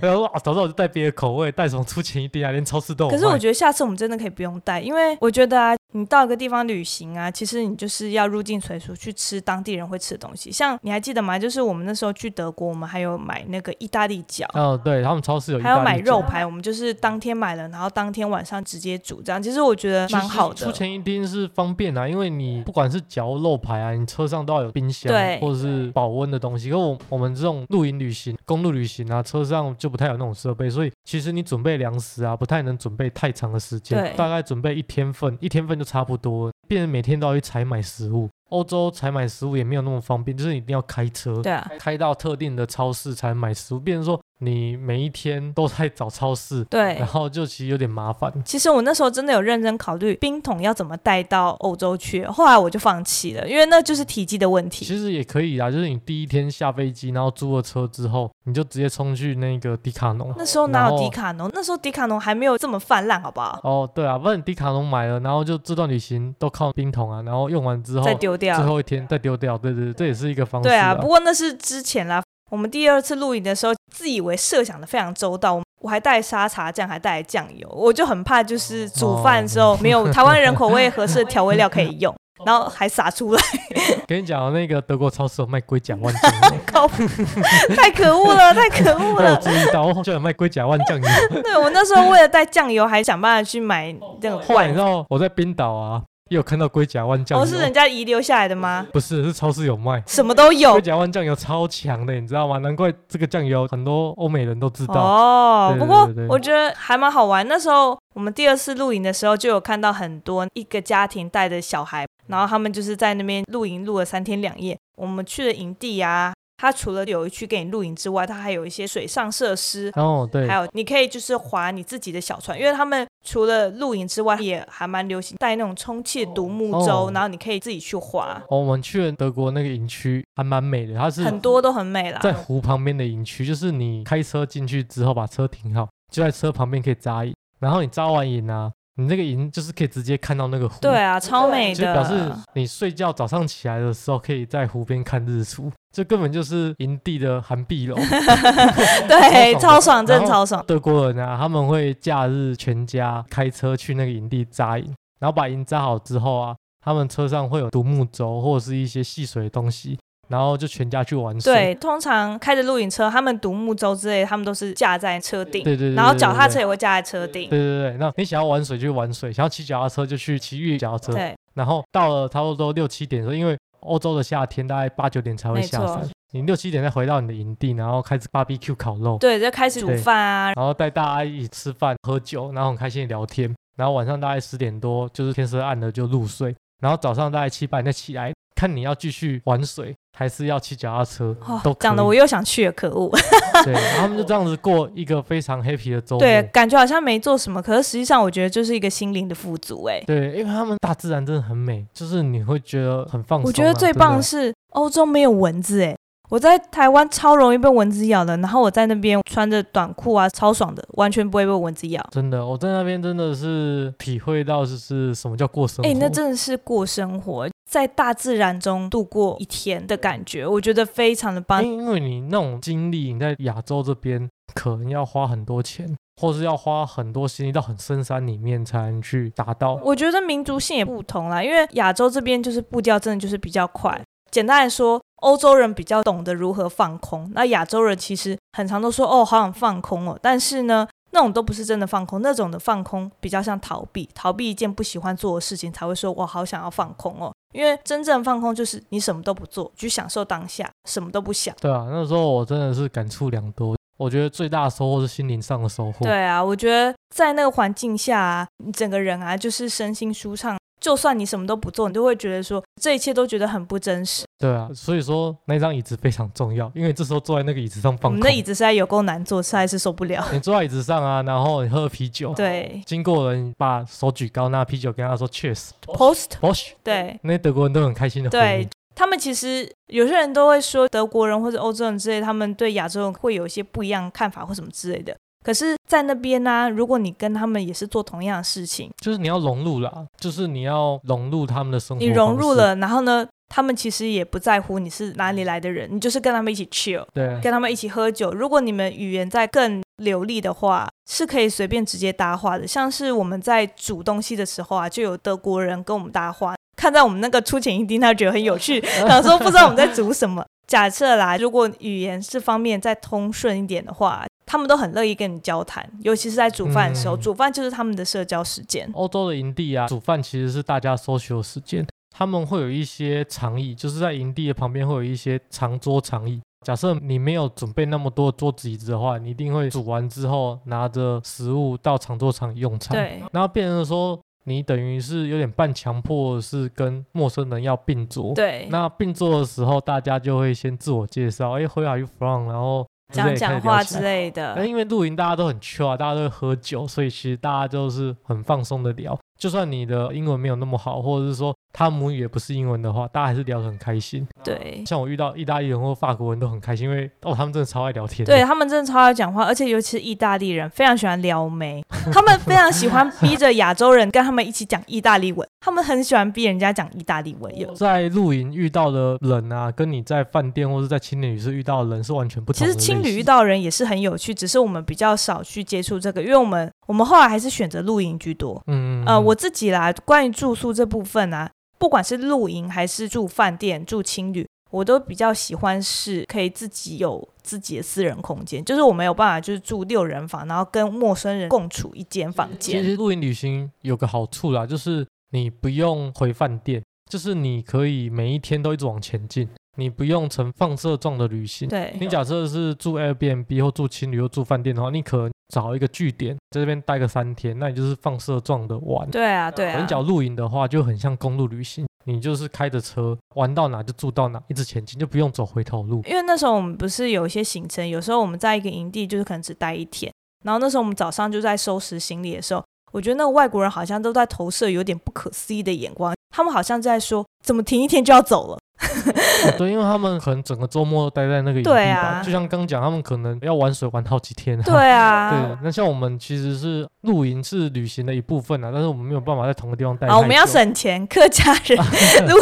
然后说啊，早知道我就带别的口味，带什么出钱一丁啊，连超市都有卖。
可是我觉得下次我们真的可以不用带，因为我觉得啊，你到一个地方旅行啊，其实你就是要入境随俗去吃当地人会吃的东西。像你还记得吗？就是我们那时候去德国，我们还有买那个意大利饺，
哦，对他们超市有意
还有
大利
买
饺
肉排，我们就是当天买了，然后当天晚上直接煮，这样其实我觉得
其
蛮
实
好
出
的。
前一丁是方便啊，因为你不管是嚼肉排啊，你车上都要有冰箱
对
或者是保温的东西。可我我们这种露营旅行、公路旅行啊，车上就不太有那种设备，所以其实你准备粮食啊，不太能准备太长的时间
对，
大概准备一天份，一天份就差不多了，变成每天都要去采买食物。欧洲采买食物也没有那么方便，就是你一定要开车，
对啊，
开到特定的超市才买食物，变成说你每一天都在找超市，
对
然。后就其实有点麻烦。
其实我那时候真的有认真考虑冰桶要怎么带到欧洲去，后来我就放弃了，因为那就是体积的问题。
其实也可以啦，啊就是你第一天下飞机，然后租了车之后，你就直接冲去那个迪卡侬。
那时候哪有
然后
迪卡侬？那时候迪卡侬还没有这么泛滥，好不好？
哦，对啊，不然迪卡侬买了，然后就这段旅行都靠冰桶啊，然后用完之后
再丢掉。
最后一天再丢掉，对对对，这也是一个方式、
对啊，不过那是之前啦。我们第二次露营的时候，自以为设想的非常周到，我我还带沙茶酱，还带酱油，我就很怕就是煮饭的时候没有台湾人口味合适的调味料可以用，然后还撒出来，
跟你讲，那个德国超市有卖龟甲万酱油，
靠谱，太可恶了，太可恶
我有
了。
注意到，我好像有卖龟甲万 酱油。
对我那时候为了带酱油，还想办法去买那个
后来
罐
你知
子，
道我在冰岛啊，也有看到龟甲万酱油，
哦，是人家遗留下来的吗？
不是是超市有卖。
什么都有
龟甲万酱油超强的，你知道吗？难怪这个酱油很多欧美人都知道。
哦，
对
不
对
过
对对
我觉得还蛮好玩。那时候我们第二次露营的时候，就有看到很多一个家庭带着小孩，然后他们就是在那边露营，露了三天两夜。我们去了营地啊，它除了有一区给你露营之外，它还有一些水上设施。
哦，对
还，有，你可以就是划你自己的小船，因为他们除了露营之外，也还蛮流行带那种充气的独木舟，
哦
然后你可以自己去划，
哦，我们去了德国那个营区，还蛮美的。它是
很多都很美啦。
在湖旁边的营区，就是你开车进去之后，把车停好，就在车旁边可以扎营。然后你扎完营啊，你那个营就是可以直接看到那个湖，
对，啊，超美
就表示
的。
你睡觉早上起来的时候，可以在湖边看日出。这根本就是营地的寒碧 楼。
对，超
超爽的
爽，真的
然后
超爽。
德国人啊，他们会假日全家开车去那个营地扎营，然后把营扎好之后啊，他们车上会有独木舟或者是一些戏水的东西，然后就全家去玩水。
对，通常开着露营车，他们独木舟之类，他们都是架在车顶，
对对对，
然后
对
脚踏车。
对
也会架在车顶。
对对对，那你想要玩水就去玩水，想要骑脚踏车就去骑越野脚踏车。
对
然后到了差不多六七点的时候，因为欧洲的夏天大概八九点才会
没
下
错
山，你六七点再回到你的营地，然后开始 BBQ 烤肉，
对，就开始煮
对
饭啊，
然后带大家一起吃饭、喝酒，然后很开心地聊天。然后晚上大概十点多，就是天色暗了就入睡。然后早上大概七八点再起来，看你要继续玩水还是要骑脚踏车，
哦
都可
讲的
以
我又想去了，可恶！
对，然后他们就这样子过一个非常 happy 的周末。
对，感觉好像没做什么，可是实际上我觉得就是一个心灵的富足、哎，
对，因为他们大自然真的很美，就是你会觉得很放松啊、
我觉得最棒的
是
是欧洲没有蚊子、哎，我在台湾超容易被蚊子咬的，然后我在那边穿着短裤啊，超爽的，完全不会被蚊子咬。
真的，我在那边真的是体会到就是什么叫过生活。
哎、那真的是过生活，在大自然中度过一天的感觉，我觉得非常的棒。
因因为你那种经历，你在亚洲这边可能要花很多钱，或是要花很多心力到很深山里面才能去达到。
我觉得民族性也不同啦，因为亚洲这边就是步调真的就是比较快。简单来说，欧洲人比较懂得如何放空，那亚洲人其实很常都说哦，好想放空哦，但是呢，那种都不是真的放空，那种的放空比较像逃避，逃避一件不喜欢做的事情才会说我好想要放空哦。因为真正放空就是你什么都不做，去享受当下，什么都不想。
对啊，那时候我真的是感触良多。我觉得最大的收获是心灵上的收获。
对啊，我觉得在那个环境下、啊，你整个人啊，就是身心舒畅。就算你什么都不做，你都会觉得说这一切都觉得很不真实。
对啊，所以说那张椅子非常重要，因为这时候坐在那个椅子上
我
放
们
空，
嗯的椅子实在有够难坐，实在是受不了。
你坐在椅子上啊，然后你喝啤酒，，
对
经过人把手举高，拿啤酒跟他说 cheers，
，post，
b o s h
对
那些德国人都很开心的回
对
应。，
他们其实有些人都会说德国人或者欧洲人之类，他们对亚洲人会有一些不一样的看法或什么之类的。可是，在那边呢、如果你跟他们也是做同样的事情，
就是你要融入啦，就是你要融入他们的生活，
你融入，了，然后呢，他们其实也不在乎你是哪里来的人，你就是跟他们一起 chill。
对，
跟他们一起喝酒。如果你们语言再更流利的话，是可以随便直接搭话的。像是我们在煮东西的时候啊，就有德国人跟我们搭话，看到我们那个出前一丁，他觉得很有 趣，想说不知道我们在煮什么。假设啦，如果语言这方面再通顺一点的话，他们都很乐意跟你交谈，尤其是在煮饭的时候，
嗯
煮饭就是他们的社交时间。
欧洲的营地啊，煮饭其实是大家 social 时间，他们会有一些长椅，就是在营地的旁边会有一些长桌长椅。假设你没有准备那么多桌子椅子的话，你一定会煮完之后拿着食物到长桌长椅用餐。，
对，
然后变成说你等于是有点半强迫的是跟陌生人要并桌。，
对，
那并桌的时候，大家就会先自我介绍，哎，Where are you from？然后之类
讲讲话之。
开始聊起来
类的
那。因为露营大家都很 chill 啊，大家都会喝酒，所以其实大家就是很放松的聊。就算你的英文没有那么好，或者是说他母语也不是英文的话，大家还是聊得很开心。
对，
像我遇到意大利人或法国人都很开心，因为哦，他们真的超爱聊天的。
对他们真的超爱讲话，而且尤其是意大利人非常喜欢撩妹，他们非常喜欢逼着亚洲人跟他们一起讲意大利文，他们很喜欢逼人家讲意大利文。有，
在露营遇到的人啊，跟你在饭店或是在青旅是遇到的人是完全不同
其
的
实
类型。
青旅遇到人也是很有趣，只是我们比较少去接触这个，因为我们我们后来还是选择露营居多。
嗯，嗯，
呃，
嗯
我自己啦，关于住宿这部分啊，不管是露营还是住饭店、住青旅，我都比较喜欢是可以自己有自己的私人空间，就是我没有办法就是住六人房，然后跟陌生人共处一间房
其
间。
实露营旅行有个好处啦，就是你不用回饭店，就是你可以每一天都一直往前进，你不用成放射状的旅行。
对
你假设是住 Airbnb 或住青旅或住饭店的话，你可能找一个据点，在这边待个三天，那你就是放射状的玩。
对啊，对
可
啊
你，讲露营的话，就很像公路旅行，你就是开着车玩到哪就住到哪，一直前进，就不用走回头 路。
因为那时候我们不是有一些行程，有时候我们在一个营地就是可能只待一天，然后那时候我们早上就在收拾行李的时候，我觉得那个外国人好像都在投射有点不可思议的眼光，他们好像在说怎么停一天就要走了，
对，因为他们可能整个周末都待在那个营地
对
吧，
啊
就像刚讲，他们可能要玩水玩好几天、啊。
对啊
对，，那像我们其实是露营是旅行的一部分啊，但是我们没有办法在同个地方待太久。
啊，我们要省钱，客家人 如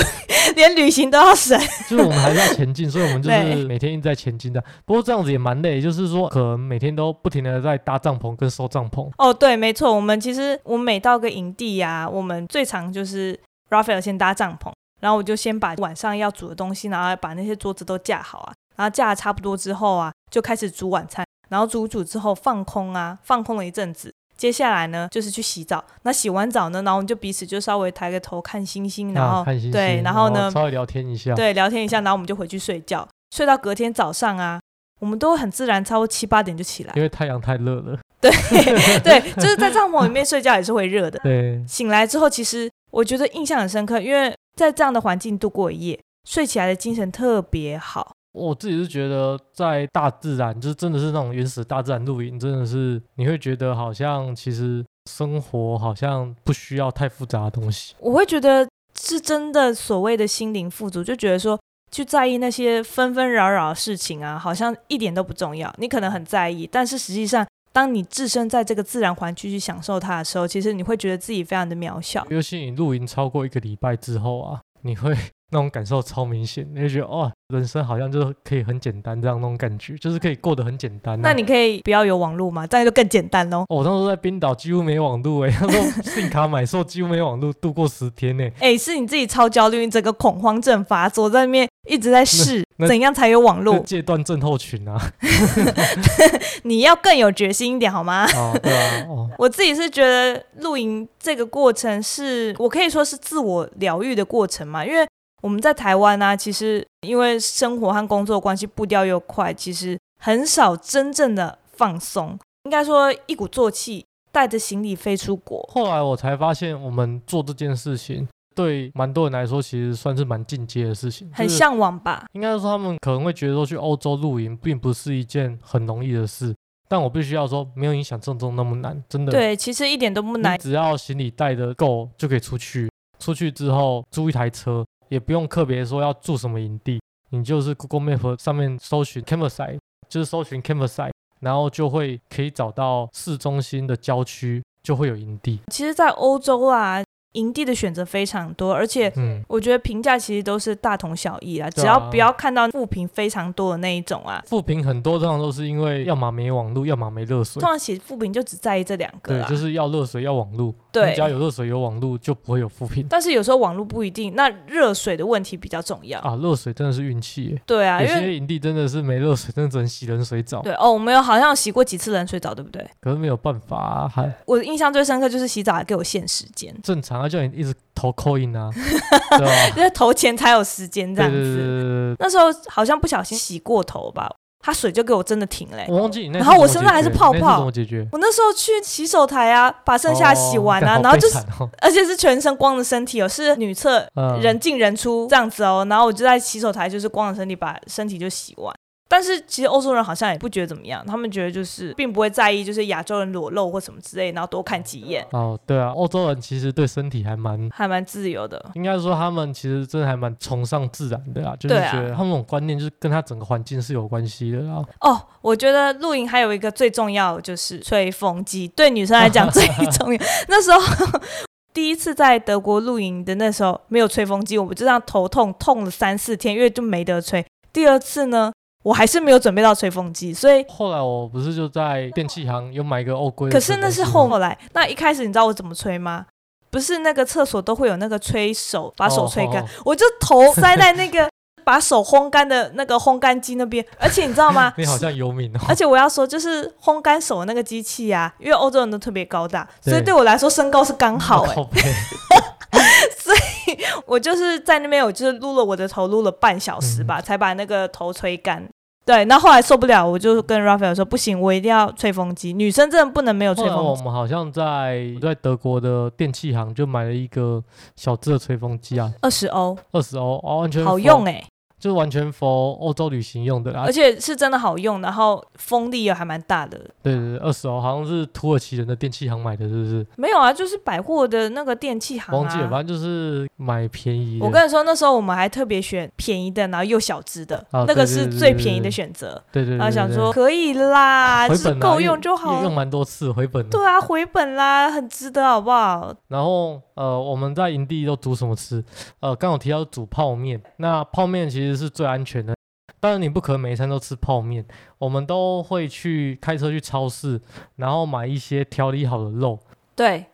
连旅行都要省，
就是我们还是要 前进，所以我们就
对
是每天一直在前进的。不过这样子也蛮累，就是说可能每天都不停的在搭帐篷跟收帐篷。
哦，对，没错，我们其实我们每到个营地呀、我们最常就是 Raphael 先搭帐篷，然后我就先把晚上要煮的东西，然后把那些桌子都架好啊，然后架得差不多之后啊，就开始煮晚餐，然后煮煮之后放空啊，放空了一阵子。接下来呢，就是去洗澡。那洗完澡呢，然后我们就彼此就稍微抬个头看星星，然后、
啊看星星
对，然后呢，
稍微聊天一下，
对，聊天一下，然后我们就回去睡觉。睡到隔天早上啊，我们都很自然，超过七八点就起来。
因为太阳太热了，
对，就是在帐篷里面睡觉也是会热的。
对，
醒来之后，其实我觉得印象很深刻，因为在这样的环境度过一夜，睡起来的精神特别好。
我自己是觉得在大自然，就是真的是那种原始大自然露营，真的是你会觉得好像其实生活好像不需要太复杂的东西。
我会觉得是真的所谓的心灵富足，就觉得说去在意那些纷纷扰扰的事情啊，好像一点都不重要。你可能很在意，但是实际上，当你置身在这个自然环境去享受它的时候，其实你会觉得自己非常的渺小。
尤其你露营超过一个礼拜之后啊，你会 那种感受超明显，你会觉得哦，人生好像就是可以很简单这样那种感觉，就是可以过得很简单、啊。
那你可以不要有网络嘛，这样就更简单喽。
哦我当时在冰岛几乎没网路哎、欸， 那时候信卡买售几乎没网路，度过十天呢、欸。
哎，是你自己超焦虑，你整个恐慌症发作，在那边一直在试
那
怎样才有网
就
络，
戒断症候群啊，
你要更有决心一点好吗？
哦，对啊，哦，
我自己是觉得露营这个过程是我可以说是自我疗愈的过程嘛，因为我们在台湾呢、其实因为生活和工作关系步调又快，其实很少真正的放松，应该说一鼓作气带着行李飞出国。
后来我才发现，我们做这件事情对蛮多人来说，其实算是蛮进阶的事情，
很
就是
向往吧，
应该说他们可能会觉得说去欧洲露营并不是一件很容易的事，但我必须要说，没有你想象中那么难，真的。，
对，其实一点都不难
你，只要行李带的够就可以出去。出去之后租一台车，也不用特别说要住什么营地，你就是 Google Map 上面搜寻 campsite，就是搜寻 campsite，然后就会可以找到市中心的郊区就会有营地。
其实，在欧洲啊，营地的选择非常多，而且
嗯，
我觉得评价其实都是大同小异啦，
对啊
只要不要看到负评非常多的那一种啊，
富平很多通常都是因为要么没网路，要么没热水
通。常写负评就只在意这两个
对，
啦。
就是要热水，要网路。
对
你只要有热水有网路，就不会有负评
但是有时候网络不一定，那热水的问题比较重要。
啊。热水真的是运气耶，
对啊，
有
因为
些营地真的是没热水，真的只能洗冷水澡。
对哦，我们有好像有洗过几次冷水澡，对不对？
可是没有办法、啊，还
我印象最深刻就是洗澡还给我限时间，
正常啊，叫你一直投扣 印啊，对吧？
就是投钱才有时间这
对
样
对
子。
对对对对
那时候好像不小心洗过头吧，它水就给我真的停嘞、
对，我忘记你那次
然后我
怎
身
么
上还
解
是
决
泡
那次
泡
怎么解决？
我那时候去洗手台啊，把剩下的洗完啊，
哦
然后就是，
干好悲惨哦
而且是全身光着身体哦，是女厕
嗯
人进人出这样子哦，然后我就在洗手台就是光着身体把身体就洗完。但是其实欧洲人好像也不觉得怎么样，他们觉得就是并不会在意，就是亚洲人裸露或什么之类，然后多看几眼，
哦，对啊，欧洲人其实对身体还蛮。
还蛮自由的。
应该说，他们其实真的还蛮崇尚自然的啦，就是
对啊
觉得他们那种观念就是跟他整个环境是有关系的啊啦。
哦，我觉得露营还有一个最重要的就是吹风机，对女生来讲 最重要。那时候第一次在德国露营的那时候没有吹风机，我们就这样头痛痛了三四天，因为就没得吹。第二次呢，我还是没有准备到吹风机，所以
后来我不是就在电器行有买一个欧规的嗯
可
吹
是
风机吗，
那是后来，那一开始你知道我怎么吹吗？不是那个厕所都会有那个吹手，把手吹干，
哦哦
我就头塞在那个 把手烘干的那个烘干机那边，而且你知道
？
吗
你好像游民哦，
而且我要说，就是烘干手的那个机器啊，因为欧洲人都特别高大，
对哦
所以对我来说身高是刚好、欸。
靠 背
我就是在那边，我就是撸了我的头，撸了半小时
嗯
吧，才把那个头吹干。对，那后来受不了，我就跟 Raphael 说，不行，我一定要吹风机。女生真的不能没有吹
后来我
风机。
们好像在在德国的电器行就买了一个小只的吹风机啊，
二十欧，
二十欧，哦，完全
好
for-
用呃哎、
就是完全 for 欧洲旅行用的啦
而。且是真的好用，然后风力也还蛮大的。
对对对，二十欧好像是土耳其人的电器行买的，是不是？
没有啊，就是百货的那个电器行、啊。
忘记了，反正就是买便宜的。
我跟你说，那时候我们还特别选便宜的，然后又小只的，
啊
那
对
个
对
是
对
最
对
便宜的
对
选择。
对对对对，
然后啊想
对
说可以啦，就
回
是
本啊
够
也
用就
也
好
用。蛮多次回本的。
对啊，回本啦，很值得，好不好？
然后呃，我们在营地都煮什么吃？呃，刚有提到煮泡面，那泡面其实是最安全的。当然你不可能每一餐都吃泡面，我们都会去开车去超市，然后买一些调理好的肉。
对，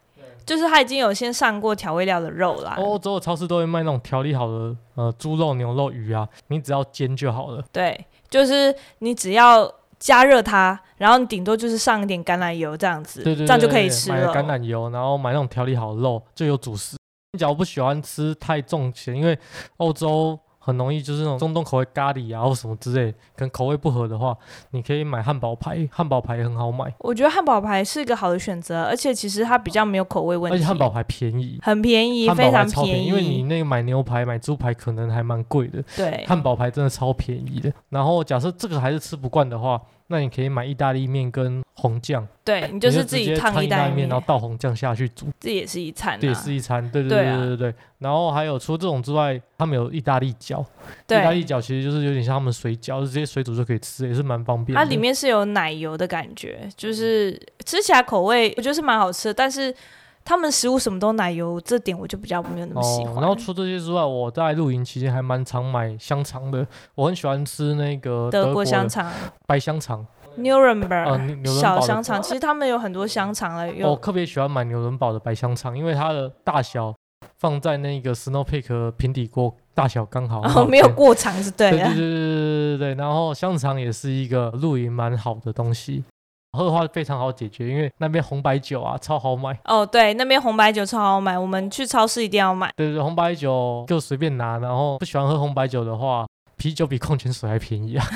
就是他已经有先上过调味料的肉啦。
欧洲的超市都会卖那种调理好的呃猪肉、牛肉、鱼啊，你只要煎就好了。
对，就是你只要加热它，然后你顶多就是上一点橄榄油这样子，
对对对，
这样就可以
对
吃
买
了。
橄榄油，然后买那种调理好的肉，就有主食。你假如不喜欢吃太重咸，因为欧洲很容易就是那种中东口味咖喱啊或什么之类，跟口味不合的话，你可以买汉堡排，汉堡排也很好买，
我觉得汉堡排是一个好的选择，而且其实它比较没有口味问题，
而且汉堡排便宜。
很便宜，
汉堡
非
排
常
超
便
宜，因为你那个买牛排、买猪排可能还蛮贵的，
对
汉堡排真的超便宜的。然后假设这个还是吃不惯的话，那你可以买意大利面跟红酱，
对，你
你
是自
直
己
接
烫
掺
意
意大利
面，
然后倒红酱下去煮，
这也是一餐、啊，
这也是一餐。对对
对
对
啊
对对对。然后还有除了这种之外，他们有意大利饺，意大
对，
利饺其实就是有点像他们水饺，就直接水煮就可以吃，也是蛮方便的。嗯
它里面是有奶油的感觉，就是吃起来口味我觉得是蛮好吃的，但是他们食物什么都奶油，这点我就比较没有那么喜
哦，
欢。
然后除这些之外，我在露营期间还蛮常买香肠的，我很喜欢吃那个
德国
国
香
的
肠
白香肠。
，Nuremberg、
呃纽纽伦堡
小
的哦
香肠，其实他们有很多香肠了，有、
我特别喜欢买牛伦堡的白香肠，因为它的大小放在那个 Snow Peak 平底锅大小刚好，
然
很好
后 哦没有
煎
过场是对
对
的，
哦对对对对对对，然后香肠也是一个露营蛮好的东西，喝的话非常好解决，因为那边红白酒啊超好买。
哦，对，那边红白酒超好买，我们去超市一定要买。
对对对，红白酒就随便拿，然后不喜欢喝红白酒的话，啤酒比矿泉水还便宜啊。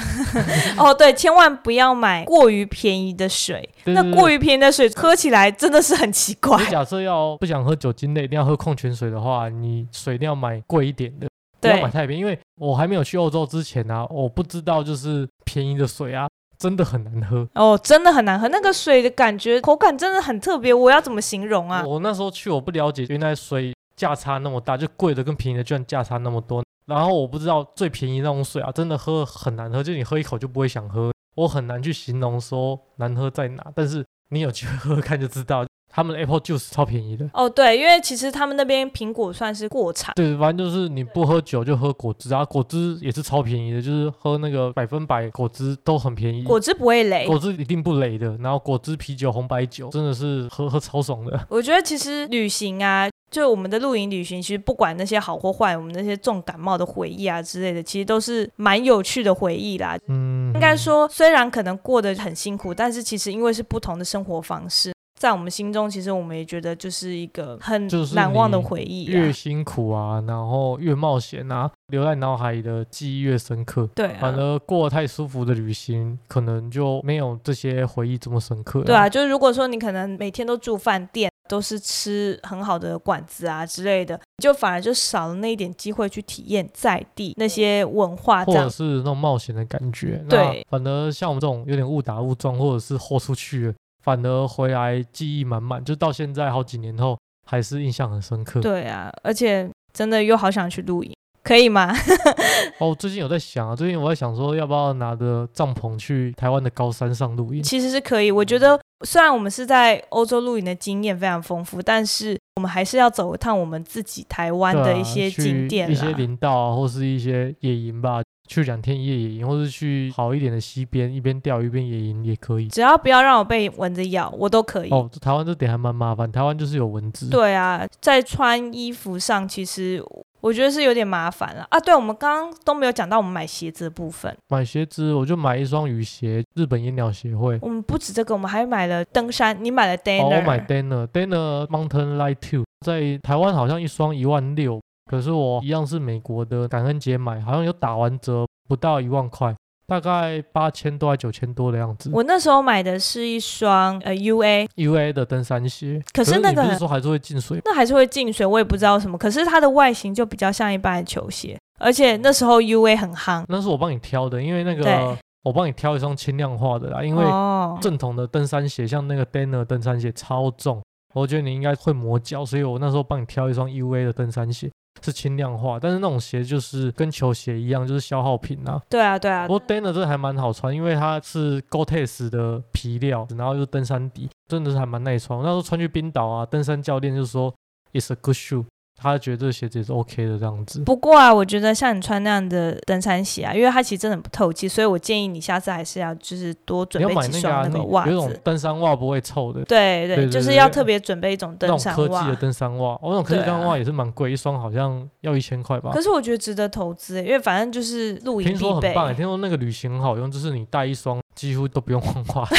哦，对，千万不要买过于便宜的水，
对
那
对
过
于
于便宜的水喝起来真的是很奇怪。
假设要不想喝酒精类，一定要喝矿泉水的话，你水一定要买贵一点的。不要
对
买，太便宜，因为我还没有去欧洲之前啊，我不知道就是便宜的水啊，真的很难喝。
哦，真的很难喝，那个水的感觉口感真的很特别，我要怎么形容啊？
我那时候去，我不了解原来水价差那么大，就贵的跟便宜的居然价差那么多。然后我不知道最便宜那种水啊，真的喝很难喝，就你喝一口就不会想喝。我很难去形容说难喝在哪，但是你有去喝喝看就知道，他们的 Apple Juice 超便宜的。
哦，对，因为其实他们那边苹果算是过产，
对，反正就是你不喝酒就喝果汁啊，果汁也是超便宜的，就是喝那个百分百果汁都很便宜。
果汁不会雷。
果汁一定不雷的，然后果汁、啤酒、红白酒真的是喝喝超爽的。
我觉得其实旅行啊，就我们的露营旅行，其实不管那些好或坏，我们那些重感冒的回忆啊之类的，其实都是蛮有趣的回忆啦。
嗯，
应该说，虽然可能过得很辛苦，但是其实因为是不同的生活方式，在我们心中，其实我们也觉得就是一个很
就是
难忘的
你
回忆、啊。
越辛苦啊，然后越冒险啊，留在脑海里的记忆越深刻。
对啊
反，而过得太舒服的旅行，可能就没有这些回忆这么深刻、
对啊，，就是如果说你可能每天都住饭店，都是吃很好的馆子啊之类的，就反而就少了那一点机会去体验在地那些文化这
或者
样。
是那种冒险的感觉。
对，
反而像我们这种有点误打误撞，或者是豁出去了，反而回来记忆满满，就到现在好几年后还是印象很深刻。
对啊，而且真的又好想去露营，可以吗？
哦，最近有在想啊，最近我在想说，要不要拿着帐篷去台湾的高山上露营？
其实是可以。我觉得虽然我们是在欧洲露营的经验非常丰富，但是我们还是要走一趟我们自己台湾
对
的
啊
一些
去
景点
一
啦。
些林道啊，或是一些野营吧，去两天一夜野营，或是去好一点的溪边，一边钓鱼一边野营也可以。
只要不要让我被蚊子咬，我都可以。
哦，这台湾这点还蛮麻烦，台湾就是有蚊子。
对啊，在穿衣服上，其实我觉得是有点麻烦了啊。对，我们刚刚都没有讲到我们买鞋子的部分。
买鞋子我就买一双雨鞋，日本野鸟协会。
我们不止这个，我们还买了登山，你买了 Danner，、
哦，我买 Danner，Danner Mountain Light Two，在台湾好像一双一万六，可是我一样是美国的感恩节买，好像有打完折，不到一万块，大概八千多还九千多的样子。
我那时候买的是一双呃 UA，
UA 的登山鞋，
可是
是
那
你
个
不是说还是会进水吗？
那还是会进水，我也不知道什么。可是它的外形就比较像一般的球鞋，而且那时候 UA 很夯，
那是我帮你挑的，因为那
对
个我帮你挑一双轻量化的啦，因为
哦，
正统的登山鞋，像那个 Danner 登山鞋超重，我觉得你应该会磨脚，所以我那时候帮你挑一双 UA 的登山鞋，是轻量化，但是那种鞋就是跟球鞋一样，就是消耗品啊。
对啊对啊
不，过 Danner 这还蛮好穿，因为它是 Gore-Tex 的皮料，然后又是登山底，真的是还蛮耐穿。我那时候穿去冰岛啊，登山教练就说 It's a good shoe，他觉得这个鞋子也是 OK 的这样子。
不过啊，我觉得像你穿那样的登山鞋啊，因为它其实真的很不透气，所以我建议你下次还是要就是多
你
准
要
备
买
几
那个、
双
啊、
那个
你
袜
有一
子
种。登山袜不会臭的，
对对，
对对
就是
对
要
对
特别准备一种
那
登
种
山
科技
袜
的。登山袜，哦，那种科技
对啊
登山袜也是蛮贵，一双好像要一千块吧
可。是我觉得值得投资欸，因为反正就是露营
听
必
说很
备。
棒欸，听说那个旅行很好用，就是你带一双几乎都不用换 袜子。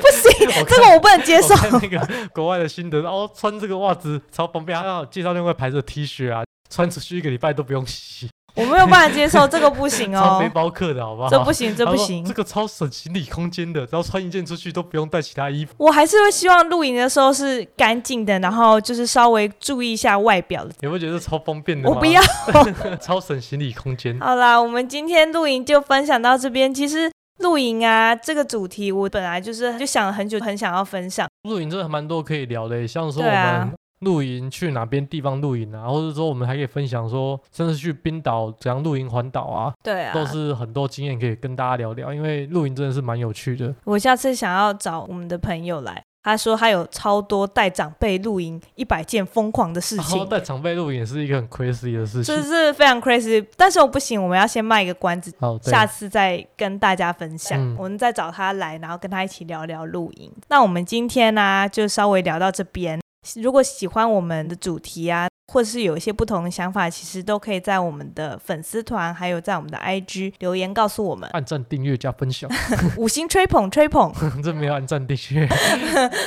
不行，
我
这
看
个我不能接受
我。看那个国外的心得，哦，穿这个袜子超方便，还有介绍另外牌子的 T 恤啊，穿出去一个礼拜都不用洗，
我没有办法接受，这个不行
超
哦
背，包客的好不好？
这不行，这
他
不
说
行
这。个超省行李空间的，然后穿一件出去都不用带其他衣服。
我还是会希望露营的时候是干净的，然后就是稍微注意一下外表的。
你会觉得超方便的
我
吗？
不要。
超省行李空间。
好啦，我们今天露营就分享到这边。其实露营啊这个主题，我本来就是就想了很久，很想要分享。
露营真的还蛮多可以聊的耶，像说我
对啊
们露营去哪边地方露营啊，或者说我们还可以分享说，甚至去冰岛怎样露营环岛啊，
对啊，
都是很多经验可以跟大家聊聊，因为露营真的是蛮有趣的。
我下次想要找我们的朋友来，他说他有超多带长辈露营一百件疯狂的事
然后
情，
带长辈露营也是一个很 crazy 的事情
这。是非常 crazy。但是我不行，我们要先卖一个关子，
好，对
下次再跟大家分享。
嗯
我们再找他来，然后跟他一起聊聊露营。那我们今天呢、就稍微聊到这边。如果喜欢我们的主题啊，或者是有一些不同的想法，其实都可以在我们的粉丝团，还有在我们的 IG 留言告诉我们。
按赞、订阅加分享，
五星吹捧吹捧
这没有按赞订阅，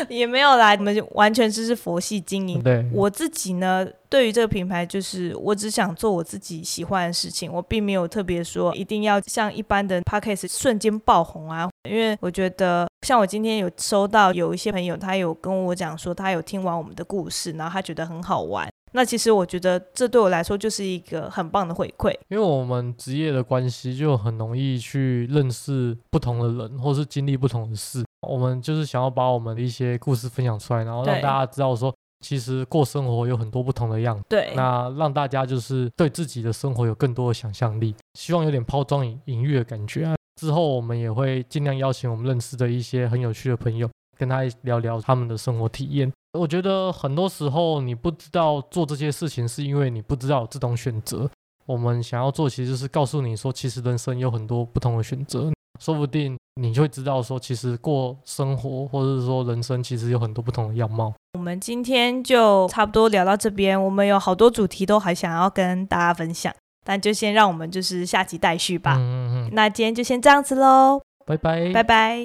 也没有啦，我们就完全就是佛系经营。
对，
我自己呢，对于这个品牌，就是我只想做我自己喜欢的事情，我并没有特别说一定要像一般的 podcast 瞬间爆红啊。因为我觉得，像我今天有收到有一些朋友，他有跟我讲说，他有听完我们的故事，然后他觉得很好玩。那其实我觉得这对我来说就是一个很棒的回馈。
因为我们职业的关系，就很容易去认识不同的人，或是经历不同的事。我们就是想要把我们的一些故事分享出来，然后让
对
大家知道说，其实过生活有很多不同的样子。
对，
那让大家就是对自己的生活有更多的想象力，希望有点抛砖引引玉的感觉啊。之后我们也会尽量邀请我们认识的一些很有趣的朋友，跟他聊聊他们的生活体验。我觉得很多时候你不知道做这些事情，是因为你不知道有这种选择。我们想要做，其实就是告诉你说，其实人生有很多不同的选择，说不定你就会知道说，其实过生活或者是说人生，其实有很多不同的样貌。
我们今天就差不多聊到这边，我们有好多主题都还想要跟大家分享，但就先让我们就是下集待续吧。
嗯嗯嗯，
那今天就先这样子喽，
拜拜，
拜拜。